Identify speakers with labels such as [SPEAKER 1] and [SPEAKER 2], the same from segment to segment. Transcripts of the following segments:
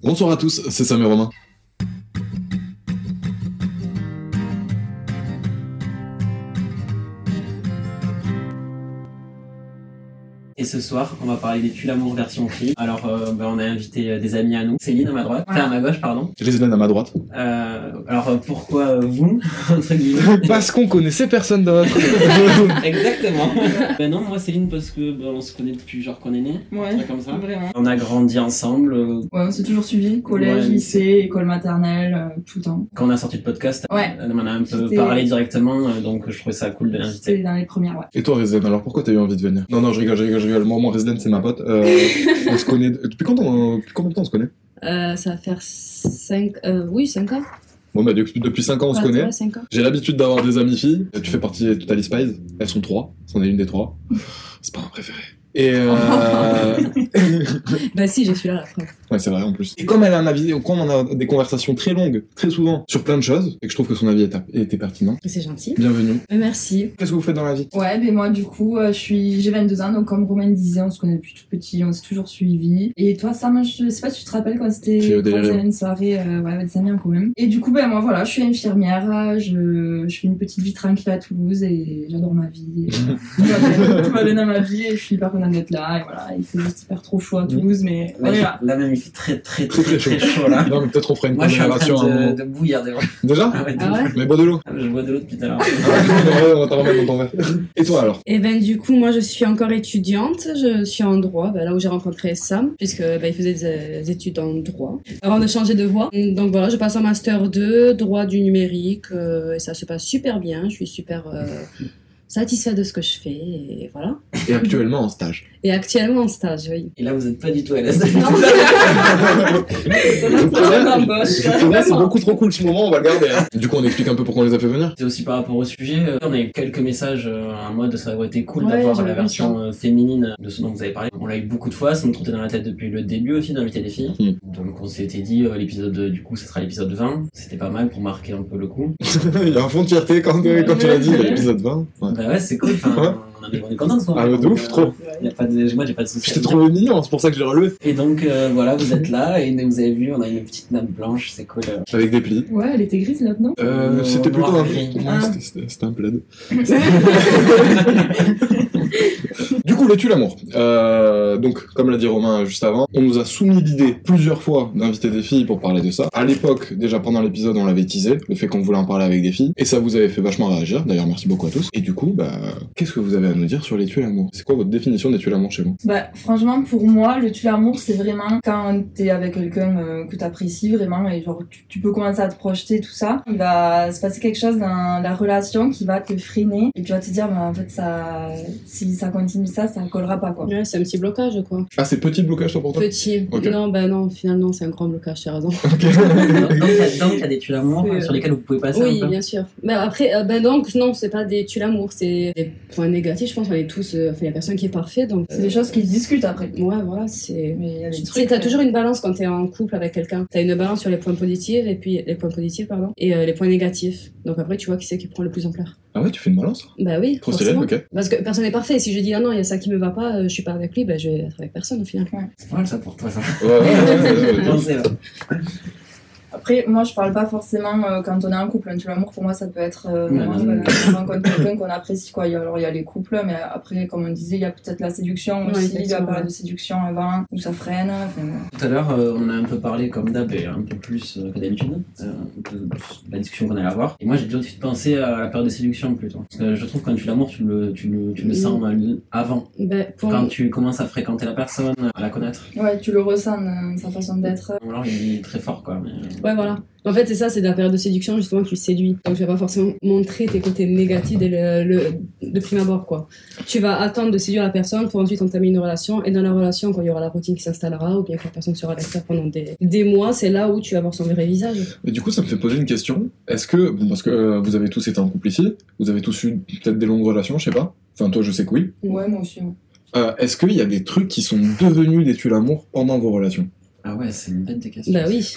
[SPEAKER 1] Bonsoir à tous, c'est Sam et Romain.
[SPEAKER 2] Et ce soir, on va parler des tuiles amour version film. Alors, euh, bah, on a invité euh, des amis à nous. Céline à ma droite, enfin, à ma gauche, pardon.
[SPEAKER 1] Rizlan à ma droite.
[SPEAKER 2] Euh, alors, euh, pourquoi euh, vous, entre guillemets
[SPEAKER 3] Parce qu'on connaissait personne dans notre
[SPEAKER 2] Exactement. ben non, moi Céline parce que ben, on se connaît depuis genre qu'on est né.
[SPEAKER 4] Ouais.
[SPEAKER 2] un truc comme ça.
[SPEAKER 4] Vraiment.
[SPEAKER 2] On a grandi ensemble. euh,
[SPEAKER 4] Ouais, on s'est toujours suivi, collège,
[SPEAKER 2] Ouais.
[SPEAKER 4] lycée, école maternelle, euh, tout le temps.
[SPEAKER 2] Quand on a sorti le podcast,
[SPEAKER 4] Ouais.
[SPEAKER 2] euh, on en a un peu
[SPEAKER 4] C'était-
[SPEAKER 2] parlé directement, euh, donc je trouvais ça cool de l'inviter.
[SPEAKER 4] C'était dans les premières, ouais.
[SPEAKER 1] Et toi, Rizlan, alors pourquoi t'as eu envie de venir Non, non, je rigole, je rigole, je rigole. Moi, moi Rizlan, c'est ma pote. Euh, on se connaît. Depuis, quand on- depuis combien de temps on se connaît
[SPEAKER 5] Euh, ça va faire 5 oui 5 ans
[SPEAKER 1] Bon, bah, depuis, depuis 5 ans, on se connaît.
[SPEAKER 5] 5 ans
[SPEAKER 1] J'ai l'habitude d'avoir des amies filles. Tu fais partie de Total Spies. Elles sont trois. C'en est une des trois. C'est pas ma préférée. Et euh...
[SPEAKER 5] bah si je suis là la preuve
[SPEAKER 1] ouais, c'est vrai en plus. Et comme elle a un avis, comme on a des conversations très longues, très souvent, sur plein de choses, et que je trouve que son avis était- était pertinent.
[SPEAKER 5] c'est gentil
[SPEAKER 1] Bienvenue.
[SPEAKER 5] Euh, merci
[SPEAKER 1] Qu'est-ce que vous faites dans la vie
[SPEAKER 4] Ouais, ben moi, du coup, euh, je suis, j'ai 22 ans, donc comme Romain le disait, on se connaît depuis tout petit, on s'est toujours suivi. Et toi, Sam, je sais pas si tu te rappelles quand
[SPEAKER 1] C'est au
[SPEAKER 4] c'était, quand
[SPEAKER 1] délirium.
[SPEAKER 4] on avait une soirée, euh, ouais, avec des amis en commun. Et du coup, ben moi, voilà, je suis infirmière, euh, je, je fais une petite vie tranquille à Toulouse et j'adore ma vie. et, euh, tout va bien- tout va bien dans ma vie et je suis hyper contente d'être là. Et voilà, il fait juste hyper trop chaud à Toulouse, mais on
[SPEAKER 2] Là,
[SPEAKER 4] est
[SPEAKER 2] il-
[SPEAKER 4] là.
[SPEAKER 2] là, même, il fait très très
[SPEAKER 1] Très,
[SPEAKER 2] très
[SPEAKER 1] très
[SPEAKER 2] très, chaud là.
[SPEAKER 1] Non, mais peut-être on fera une
[SPEAKER 2] Moi je suis en train
[SPEAKER 1] conversation à un
[SPEAKER 2] de,
[SPEAKER 1] moment.
[SPEAKER 2] de bouillir devant.
[SPEAKER 1] Déjà
[SPEAKER 2] Ah ouais, de-
[SPEAKER 5] ah ouais
[SPEAKER 1] Mais bois de l'eau. Ah
[SPEAKER 2] Je bois de l'eau depuis tout à l'heure.
[SPEAKER 1] Ouais, on va t'en remettre dans ton verre. Et toi alors
[SPEAKER 5] et ben du coup moi je suis encore étudiante je suis en droit bah, là où j'ai rencontré Sam puisque bah, il faisait des, euh, des études en droit avant de changer de voie donc voilà je passe en master 2 droit du numérique euh, et ça se passe super bien je suis super euh, satisfaite de ce que je fais et voilà
[SPEAKER 1] Et actuellement en stage.
[SPEAKER 5] et actuellement en stage oui
[SPEAKER 2] Et là vous êtes pas du tout à l'aise.
[SPEAKER 5] Non.
[SPEAKER 1] Je vous
[SPEAKER 4] Ah,
[SPEAKER 1] préviens,
[SPEAKER 4] bah,
[SPEAKER 1] je vous préviens, c'est
[SPEAKER 4] vraiment.
[SPEAKER 1] beaucoup trop cool ce moment, on va le garder. hein. Du coup, on explique un peu pourquoi on les a fait venir.
[SPEAKER 2] C'est aussi par rapport au sujet. euh, On a eu quelques messages euh, en mode ça aurait été cool
[SPEAKER 5] Ouais,
[SPEAKER 2] d'avoir
[SPEAKER 5] j'avais
[SPEAKER 2] la
[SPEAKER 5] vu
[SPEAKER 2] version euh, féminine de ce dont vous avez parlé. On l'a eu beaucoup de fois, ça nous trottait dans la tête depuis le début aussi d'inviter des filles.
[SPEAKER 1] Hmm.
[SPEAKER 2] Donc on s'était dit euh, l'épisode euh, du coup ça sera l'épisode 20. C'était pas mal pour marquer un peu le coup.
[SPEAKER 1] Il y a un fond de fierté quand, quand tu l'as dit, l'épisode 20. Ouais.
[SPEAKER 2] Bah ouais c'est cool. Enfin, on, en est, on est contents de soi.
[SPEAKER 1] Ah, mais de
[SPEAKER 2] Donc,
[SPEAKER 1] ouf,
[SPEAKER 2] euh,
[SPEAKER 1] trop.
[SPEAKER 2] y a pas de, moi j'ai pas de soucis.
[SPEAKER 1] J'étais trop mignon, c'est pour ça que je l'ai relevé.
[SPEAKER 2] Et donc euh, voilà vous êtes là et vous avez vu on a une petite nappe blanche c'est cool. euh.
[SPEAKER 1] Avec des plis.
[SPEAKER 4] Ouais, elle était grise là, non
[SPEAKER 1] Euh,
[SPEAKER 2] Euh,
[SPEAKER 1] c'était plutôt un.
[SPEAKER 2] noir.
[SPEAKER 1] Ouais, c'était- c'était c'était un plaid. du coup, les tu l'amour. Euh, donc, comme l'a dit Romain juste avant, on nous a soumis l'idée plusieurs fois d'inviter des filles pour parler de ça. À l'époque, déjà pendant l'épisode, on l'avait teasé, le fait qu'on voulait en parler avec des filles, et ça vous avait fait vachement réagir. D'ailleurs, merci beaucoup à tous. Et du coup, bah, qu'est-ce que vous avez à nous dire sur les tu l'amour C'est quoi votre définition des tu l'amour chez vous
[SPEAKER 4] Bah, franchement, pour moi, le tu l'amour, c'est vraiment quand t'es avec quelqu'un euh, que t'apprécies vraiment et genre tu, tu peux commencer à te projeter, tout ça. Il va se passer quelque chose dans la relation qui va te freiner et tu vas te dire, bah, en fait, ça, si ça continue ça, ça collera pas quoi.
[SPEAKER 5] Ouais, c'est un petit blocage, quoi.
[SPEAKER 1] Ah, c'est petit blocage, toi, pour toi
[SPEAKER 5] Petit.
[SPEAKER 1] Ok.
[SPEAKER 5] Non, bah non, finalement, c'est un grand blocage, t'as raison.
[SPEAKER 2] Donc, là-dedans, il y a des tuiles à moi
[SPEAKER 5] C'est-
[SPEAKER 2] sur lesquelles vous pouvez passer
[SPEAKER 5] Oui,
[SPEAKER 2] un peu.
[SPEAKER 5] bien sûr. Mais après, euh, bah donc, non, c'est pas des tu l'amour, c'est des points négatifs, je pense. On est tous. euh, Enfin, il y a personne qui est parfait, donc. euh,
[SPEAKER 4] C'est des choses qui se discutent après.
[SPEAKER 5] Ouais, voilà, c'est.
[SPEAKER 4] Mais il y a des
[SPEAKER 5] Tu
[SPEAKER 4] trucs. euh,
[SPEAKER 5] sais, t'as toujours une balance quand t'es en couple avec quelqu'un. T'as une balance sur les points positifs et puis les points positifs pardon et euh, les points négatifs. Donc après tu vois qui c'est qui prend le plus en pleurs.
[SPEAKER 1] Ah ouais, tu fais une balance
[SPEAKER 5] Bah oui,
[SPEAKER 1] Trop stylé,
[SPEAKER 5] forcément.
[SPEAKER 1] ok.
[SPEAKER 5] Parce que personne n'est parfait. Si je dis ah non il y a ça qui me va pas, euh, je suis pas avec lui, bah je vais être avec personne au final.
[SPEAKER 2] C'est pas mal ça pour toi, ça.
[SPEAKER 1] Ouais, ouais, ouais, ouais, ouais.
[SPEAKER 2] Pensez, là.
[SPEAKER 4] Après, moi, je parle pas forcément euh, quand on est en couple. Un tout l'amour, pour moi, ça peut être euh,
[SPEAKER 2] Ouais,
[SPEAKER 4] vraiment
[SPEAKER 2] non,
[SPEAKER 4] euh, on rencontre quelqu'un qu'on apprécie. Quoi. Il y a- Alors, il y a les couples, mais après, comme on disait, il y a peut-être la séduction
[SPEAKER 5] Ouais,
[SPEAKER 4] aussi. Il y a
[SPEAKER 5] effectivement,
[SPEAKER 4] parlé
[SPEAKER 5] ouais.
[SPEAKER 4] de séduction avant, où ça freine. enfin, euh,
[SPEAKER 2] Tout à l'heure, euh, on a un peu parlé, comme d'hab, et un peu plus euh, que d'habitude, euh, de, de la discussion qu'on allait avoir. Et moi, j'ai tout de suite pensé à la période de séduction plutôt. Parce que je trouve que quand tu l'amour, tu le, tu, le, tu le sens euh, avant.
[SPEAKER 5] Bah, pour
[SPEAKER 2] Quand tu commences à fréquenter la personne, euh, à la connaître.
[SPEAKER 4] Ouais, tu le ressens, euh, sa façon d'être.
[SPEAKER 2] Ou Alors, il est très fort, quoi. mais- euh,
[SPEAKER 5] Ouais, voilà. En fait, c'est ça, c'est de la période de séduction justement qui séduit. Donc, tu vas pas forcément montrer tes côtés négatifs dès le, le- de prime abord, quoi. Tu vas attendre de séduire la personne pour ensuite entamer une relation. Et dans la relation, quand il y aura la routine qui s'installera ou bien que la personne sera avec toi pendant des, des mois, c'est là où tu vas voir son vrai visage.
[SPEAKER 1] Mais du coup, ça me fait poser une question. Est-ce que, bon, parce que euh, vous avez tous été en couple ici, vous avez tous eu peut-être des longues relations, je sais pas. Enfin, toi, je sais que oui.
[SPEAKER 4] Ouais, moi aussi. hein. ouais.
[SPEAKER 1] Euh, Est-ce qu'il y a des trucs qui sont devenus des tuiles l'amour pendant vos relations
[SPEAKER 2] Ah ouais, c'est une bête de question.
[SPEAKER 5] Bah oui,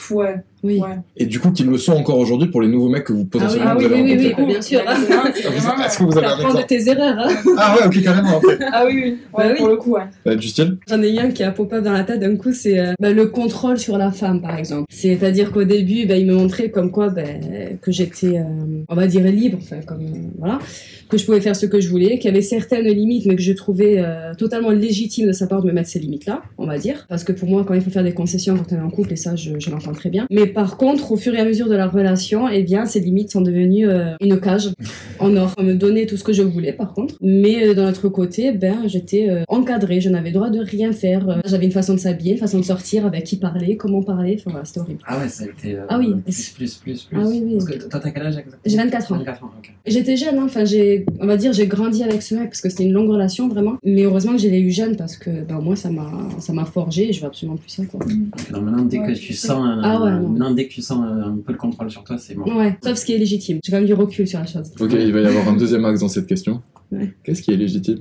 [SPEAKER 4] Ouais,
[SPEAKER 5] oui.
[SPEAKER 4] ouais.
[SPEAKER 1] Et du coup, qui le sont encore aujourd'hui pour les nouveaux mecs que vous potentiellement
[SPEAKER 5] Ah
[SPEAKER 4] oui,
[SPEAKER 1] vous allez
[SPEAKER 4] oui, oui,
[SPEAKER 1] rencontrer
[SPEAKER 5] oui, bah, bien sûr.
[SPEAKER 4] Ah, c'est
[SPEAKER 1] Ah, vous-
[SPEAKER 4] vraiment-
[SPEAKER 1] Est-ce que vous avez un
[SPEAKER 5] T'apprends de
[SPEAKER 1] exemple
[SPEAKER 5] tes erreurs, hein.
[SPEAKER 1] Ah ouais, ok, carrément. ok.
[SPEAKER 4] Ah oui, oui. Ouais,
[SPEAKER 5] Bah oui.
[SPEAKER 4] pour le coup, ouais.
[SPEAKER 1] Euh, du style
[SPEAKER 5] J'en ai un qui a pop-up dans la tête d'un coup, c'est euh, bah, le contrôle sur la femme, par exemple. C'est-à-dire qu'au début, bah, il me montrait comme quoi bah, que j'étais, euh, on va dire, libre, enfin, comme, euh, voilà, que je pouvais faire ce que je voulais, qu'il y avait certaines limites, mais que je trouvais euh, totalement légitime de sa part de me mettre ces limites-là, on va dire. Parce que pour moi, quand il faut faire des concessions quand on est en couple, et ça, je, je l'entends très bien. Mais par contre, au fur et à mesure de la relation, eh bien, ces limites sont devenues euh, une cage en or. On me donnait tout ce que je voulais, par contre. Mais euh, d'un autre côté, ben, j'étais euh, encadrée, je n'avais droit de rien faire. Euh, J'avais une façon de s'habiller, une façon de sortir, avec qui parler, comment parler. Enfin voilà, c'était horrible.
[SPEAKER 2] Ah ouais, ça a été. euh,
[SPEAKER 5] Ah oui.
[SPEAKER 2] Plus, plus, plus, plus.
[SPEAKER 5] Ah oui, oui.
[SPEAKER 2] Parce que toi, t'as quel âge exactement
[SPEAKER 5] J'ai 24 ans.
[SPEAKER 2] 24 ans, ok.
[SPEAKER 5] J'étais jeune, hein. enfin, j'ai, on va dire, j'ai grandi avec ce mec parce que c'était une longue relation vraiment. Mais heureusement que je l'ai eu jeune parce que, ben, moi, ça m'a, ça m'a forgé et je veux absolument plus ça, quoi.
[SPEAKER 2] Parce que non, maintenant, dès que
[SPEAKER 4] Ouais,
[SPEAKER 2] tu
[SPEAKER 4] je sais.
[SPEAKER 2] sens, euh,
[SPEAKER 5] Ah ouais, non.
[SPEAKER 2] maintenant, dès que tu sens euh, un peu le contrôle sur toi, c'est mort.
[SPEAKER 5] Ouais, sauf ce qui est légitime. J'ai quand même du recul sur la chose.
[SPEAKER 1] Ok, il va y avoir un deuxième axe dans cette question.
[SPEAKER 5] Ouais.
[SPEAKER 1] Qu'est-ce qui est légitime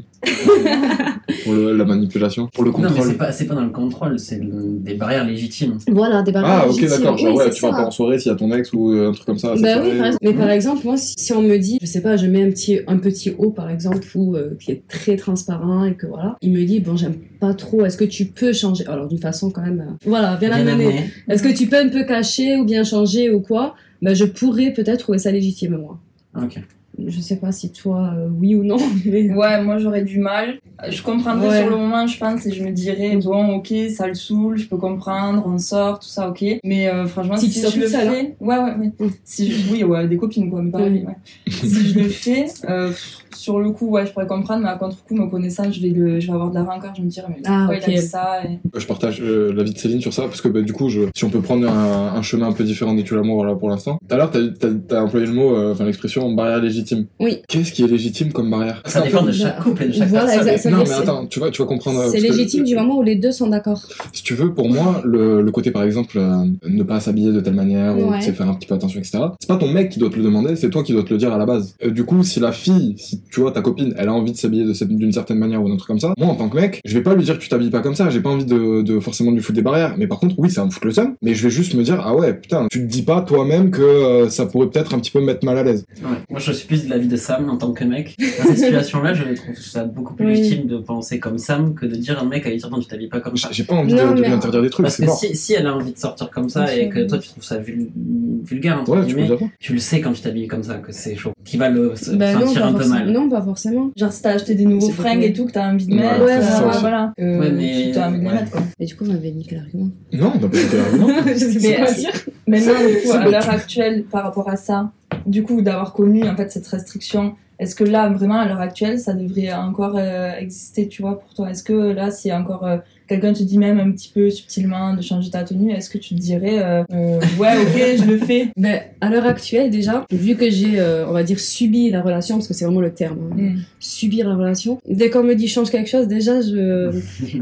[SPEAKER 1] Pour le- la manipulation Pour le
[SPEAKER 2] Non, mais c'est
[SPEAKER 1] contrôle
[SPEAKER 2] pas, c'est pas dans le contrôle, c'est le- des barrières légitimes.
[SPEAKER 5] Voilà, des barrières
[SPEAKER 1] Ah, ok,
[SPEAKER 5] légitimes.
[SPEAKER 1] d'accord. Genre,
[SPEAKER 5] Oui,
[SPEAKER 1] ouais,
[SPEAKER 5] c'est
[SPEAKER 1] tu vas
[SPEAKER 5] ça.
[SPEAKER 1] pas en soirée s'il y a ton ex ou euh, un truc comme ça. à cette
[SPEAKER 5] Bah oui,
[SPEAKER 1] soirée,
[SPEAKER 5] par exemple.
[SPEAKER 1] ou-
[SPEAKER 5] Mais par exemple, moi, si si on me dit, je sais pas, je mets un petit, un petit haut, par exemple, ou euh, qui est très transparent et que voilà, il me dit, bon, j'aime pas trop, est-ce que tu peux changer Alors, d'une façon quand même, euh, voilà, bien
[SPEAKER 2] Bien
[SPEAKER 5] amenée.
[SPEAKER 2] amené.
[SPEAKER 5] Est-ce que tu peux un peu cacher ou bien changer ou quoi Bah, je pourrais peut-être trouver ça légitime, moi.
[SPEAKER 2] Ok.
[SPEAKER 5] Je sais pas si toi, euh, oui ou non, mais.
[SPEAKER 4] Ouais, moi j'aurais du mal. Je comprendrais
[SPEAKER 5] Ouais.
[SPEAKER 4] sur le moment, je pense, et je me dirais, bon, ok, ça le saoule, je peux comprendre, on sort, tout ça, ok. Mais euh, franchement,
[SPEAKER 5] Si tu
[SPEAKER 4] si,
[SPEAKER 5] sors
[SPEAKER 4] je le
[SPEAKER 5] toute seule,
[SPEAKER 4] fais. Ouais, ouais, mais.
[SPEAKER 5] Mm.
[SPEAKER 4] Si je... Oui, ouais, des copines, quoi, mais pas
[SPEAKER 5] Oui.
[SPEAKER 4] ouais. Si je le fais, euh, pff, sur le coup, ouais, je pourrais comprendre, mais à contre-coup, me connaissant, je vais, le... je vais avoir de la rancœur, je me dirais, mais
[SPEAKER 5] Ah,
[SPEAKER 4] pourquoi il a
[SPEAKER 5] ok.
[SPEAKER 4] fait ça et...
[SPEAKER 1] Je partage euh, l'avis de Céline sur ça, parce que bah, du coup, je, si on peut prendre un, un chemin un peu différent des tuiles l'amour là, pour l'instant. Tout à l'heure, t'as- t'as t'as employé le mot, euh, enfin l'expression barrière légitime.
[SPEAKER 5] Oui.
[SPEAKER 1] Qu'est-ce qui est légitime comme barrière
[SPEAKER 2] Ça dépend de chaque couple et de chaque
[SPEAKER 5] Voilà,
[SPEAKER 2] personne.
[SPEAKER 5] exact- ça veut
[SPEAKER 1] Non,
[SPEAKER 5] dire
[SPEAKER 1] mais
[SPEAKER 5] c'est-
[SPEAKER 1] attends, tu vois, tu vas comprendre. euh,
[SPEAKER 5] C'est
[SPEAKER 1] parce que-
[SPEAKER 5] légitime du moment où les deux sont d'accord.
[SPEAKER 1] Si tu veux, pour moi, le, le côté par exemple, euh, ne pas s'habiller de telle manière ou
[SPEAKER 5] Ouais.
[SPEAKER 1] tu sais, faire un petit peu attention, etc. C'est pas ton mec qui doit te le demander, c'est toi qui dois te le dire à la base. Euh, du coup, si la fille, si tu vois ta copine, elle a envie de s'habiller de cette- d'une certaine manière ou d'un truc comme ça, moi en tant que mec, je vais pas lui dire tu t'habilles pas comme ça. J'ai pas envie de, de forcément lui foutre des barrières. Mais par contre, oui, ça va me foutre le seum. Mais je vais juste me dire ah ouais, putain, tu te dis pas toi-même que euh, ça pourrait peut-être un petit peu me mettre mal à l'aise.
[SPEAKER 2] Ouais. Moi, je suis plus de l'avis de Sam en tant que mec. Dans cette situation-là, je trouve ça beaucoup plus
[SPEAKER 5] Oui.
[SPEAKER 2] légitime de penser comme Sam que de dire à un mec à lui dire non, tu t'habilles pas comme
[SPEAKER 1] J'ai
[SPEAKER 2] ça.
[SPEAKER 1] j'ai pas envie
[SPEAKER 5] Non,
[SPEAKER 1] de, de
[SPEAKER 5] mais-
[SPEAKER 1] lui interdire des trucs,
[SPEAKER 2] Parce
[SPEAKER 1] c'est
[SPEAKER 2] que
[SPEAKER 1] mort.
[SPEAKER 2] si, si elle a envie de sortir comme ça et que toi tu trouves ça vul- vulgaire, entre
[SPEAKER 1] Ouais, tu peux
[SPEAKER 2] guillemets,
[SPEAKER 1] dire ça.
[SPEAKER 2] tu le sais quand tu t'habilles comme ça que c'est chaud. Qui va le se
[SPEAKER 5] Bah non,
[SPEAKER 2] sentir
[SPEAKER 5] pas
[SPEAKER 2] un peu
[SPEAKER 5] forcément.
[SPEAKER 2] mal.
[SPEAKER 5] Non, pas forcément.
[SPEAKER 4] Genre, si t'as acheté des nouveaux
[SPEAKER 5] C'est pas
[SPEAKER 4] fringues
[SPEAKER 5] cool.
[SPEAKER 4] et tout, que t'as envie de
[SPEAKER 1] Ouais,
[SPEAKER 4] mettre,
[SPEAKER 5] c'est
[SPEAKER 4] euh,
[SPEAKER 5] ça aussi.
[SPEAKER 4] voilà. Euh,
[SPEAKER 2] Ouais, mais-
[SPEAKER 4] Tu as envie de les
[SPEAKER 2] ouais.
[SPEAKER 4] mettre, quoi.
[SPEAKER 5] Mais du coup, vous m'avez niqué l'argument.
[SPEAKER 1] Non, on n'a pas dit que- non.
[SPEAKER 5] je sais
[SPEAKER 4] Mais,
[SPEAKER 5] pas quoi
[SPEAKER 4] euh,
[SPEAKER 5] dire.
[SPEAKER 4] Maintenant, du coup,
[SPEAKER 1] C'est
[SPEAKER 4] à
[SPEAKER 1] bon.
[SPEAKER 4] l'heure actuelle, par rapport à ça, du coup, d'avoir connu en fait cette restriction, est-ce que là, vraiment, à l'heure actuelle, ça devrait encore euh, exister, tu vois, pour toi Est-ce que là, s'il y a encore euh, quelqu'un te dit même un petit peu subtilement de changer ta tenue, est-ce que tu te dirais euh, euh, ouais ok je le fais
[SPEAKER 5] Ben, à l'heure actuelle, déjà, vu que j'ai, euh, on va dire, subi la relation, parce que c'est vraiment le terme, hein,
[SPEAKER 4] Mm.
[SPEAKER 5] subir la relation, dès qu'on me dit change quelque chose, déjà, je,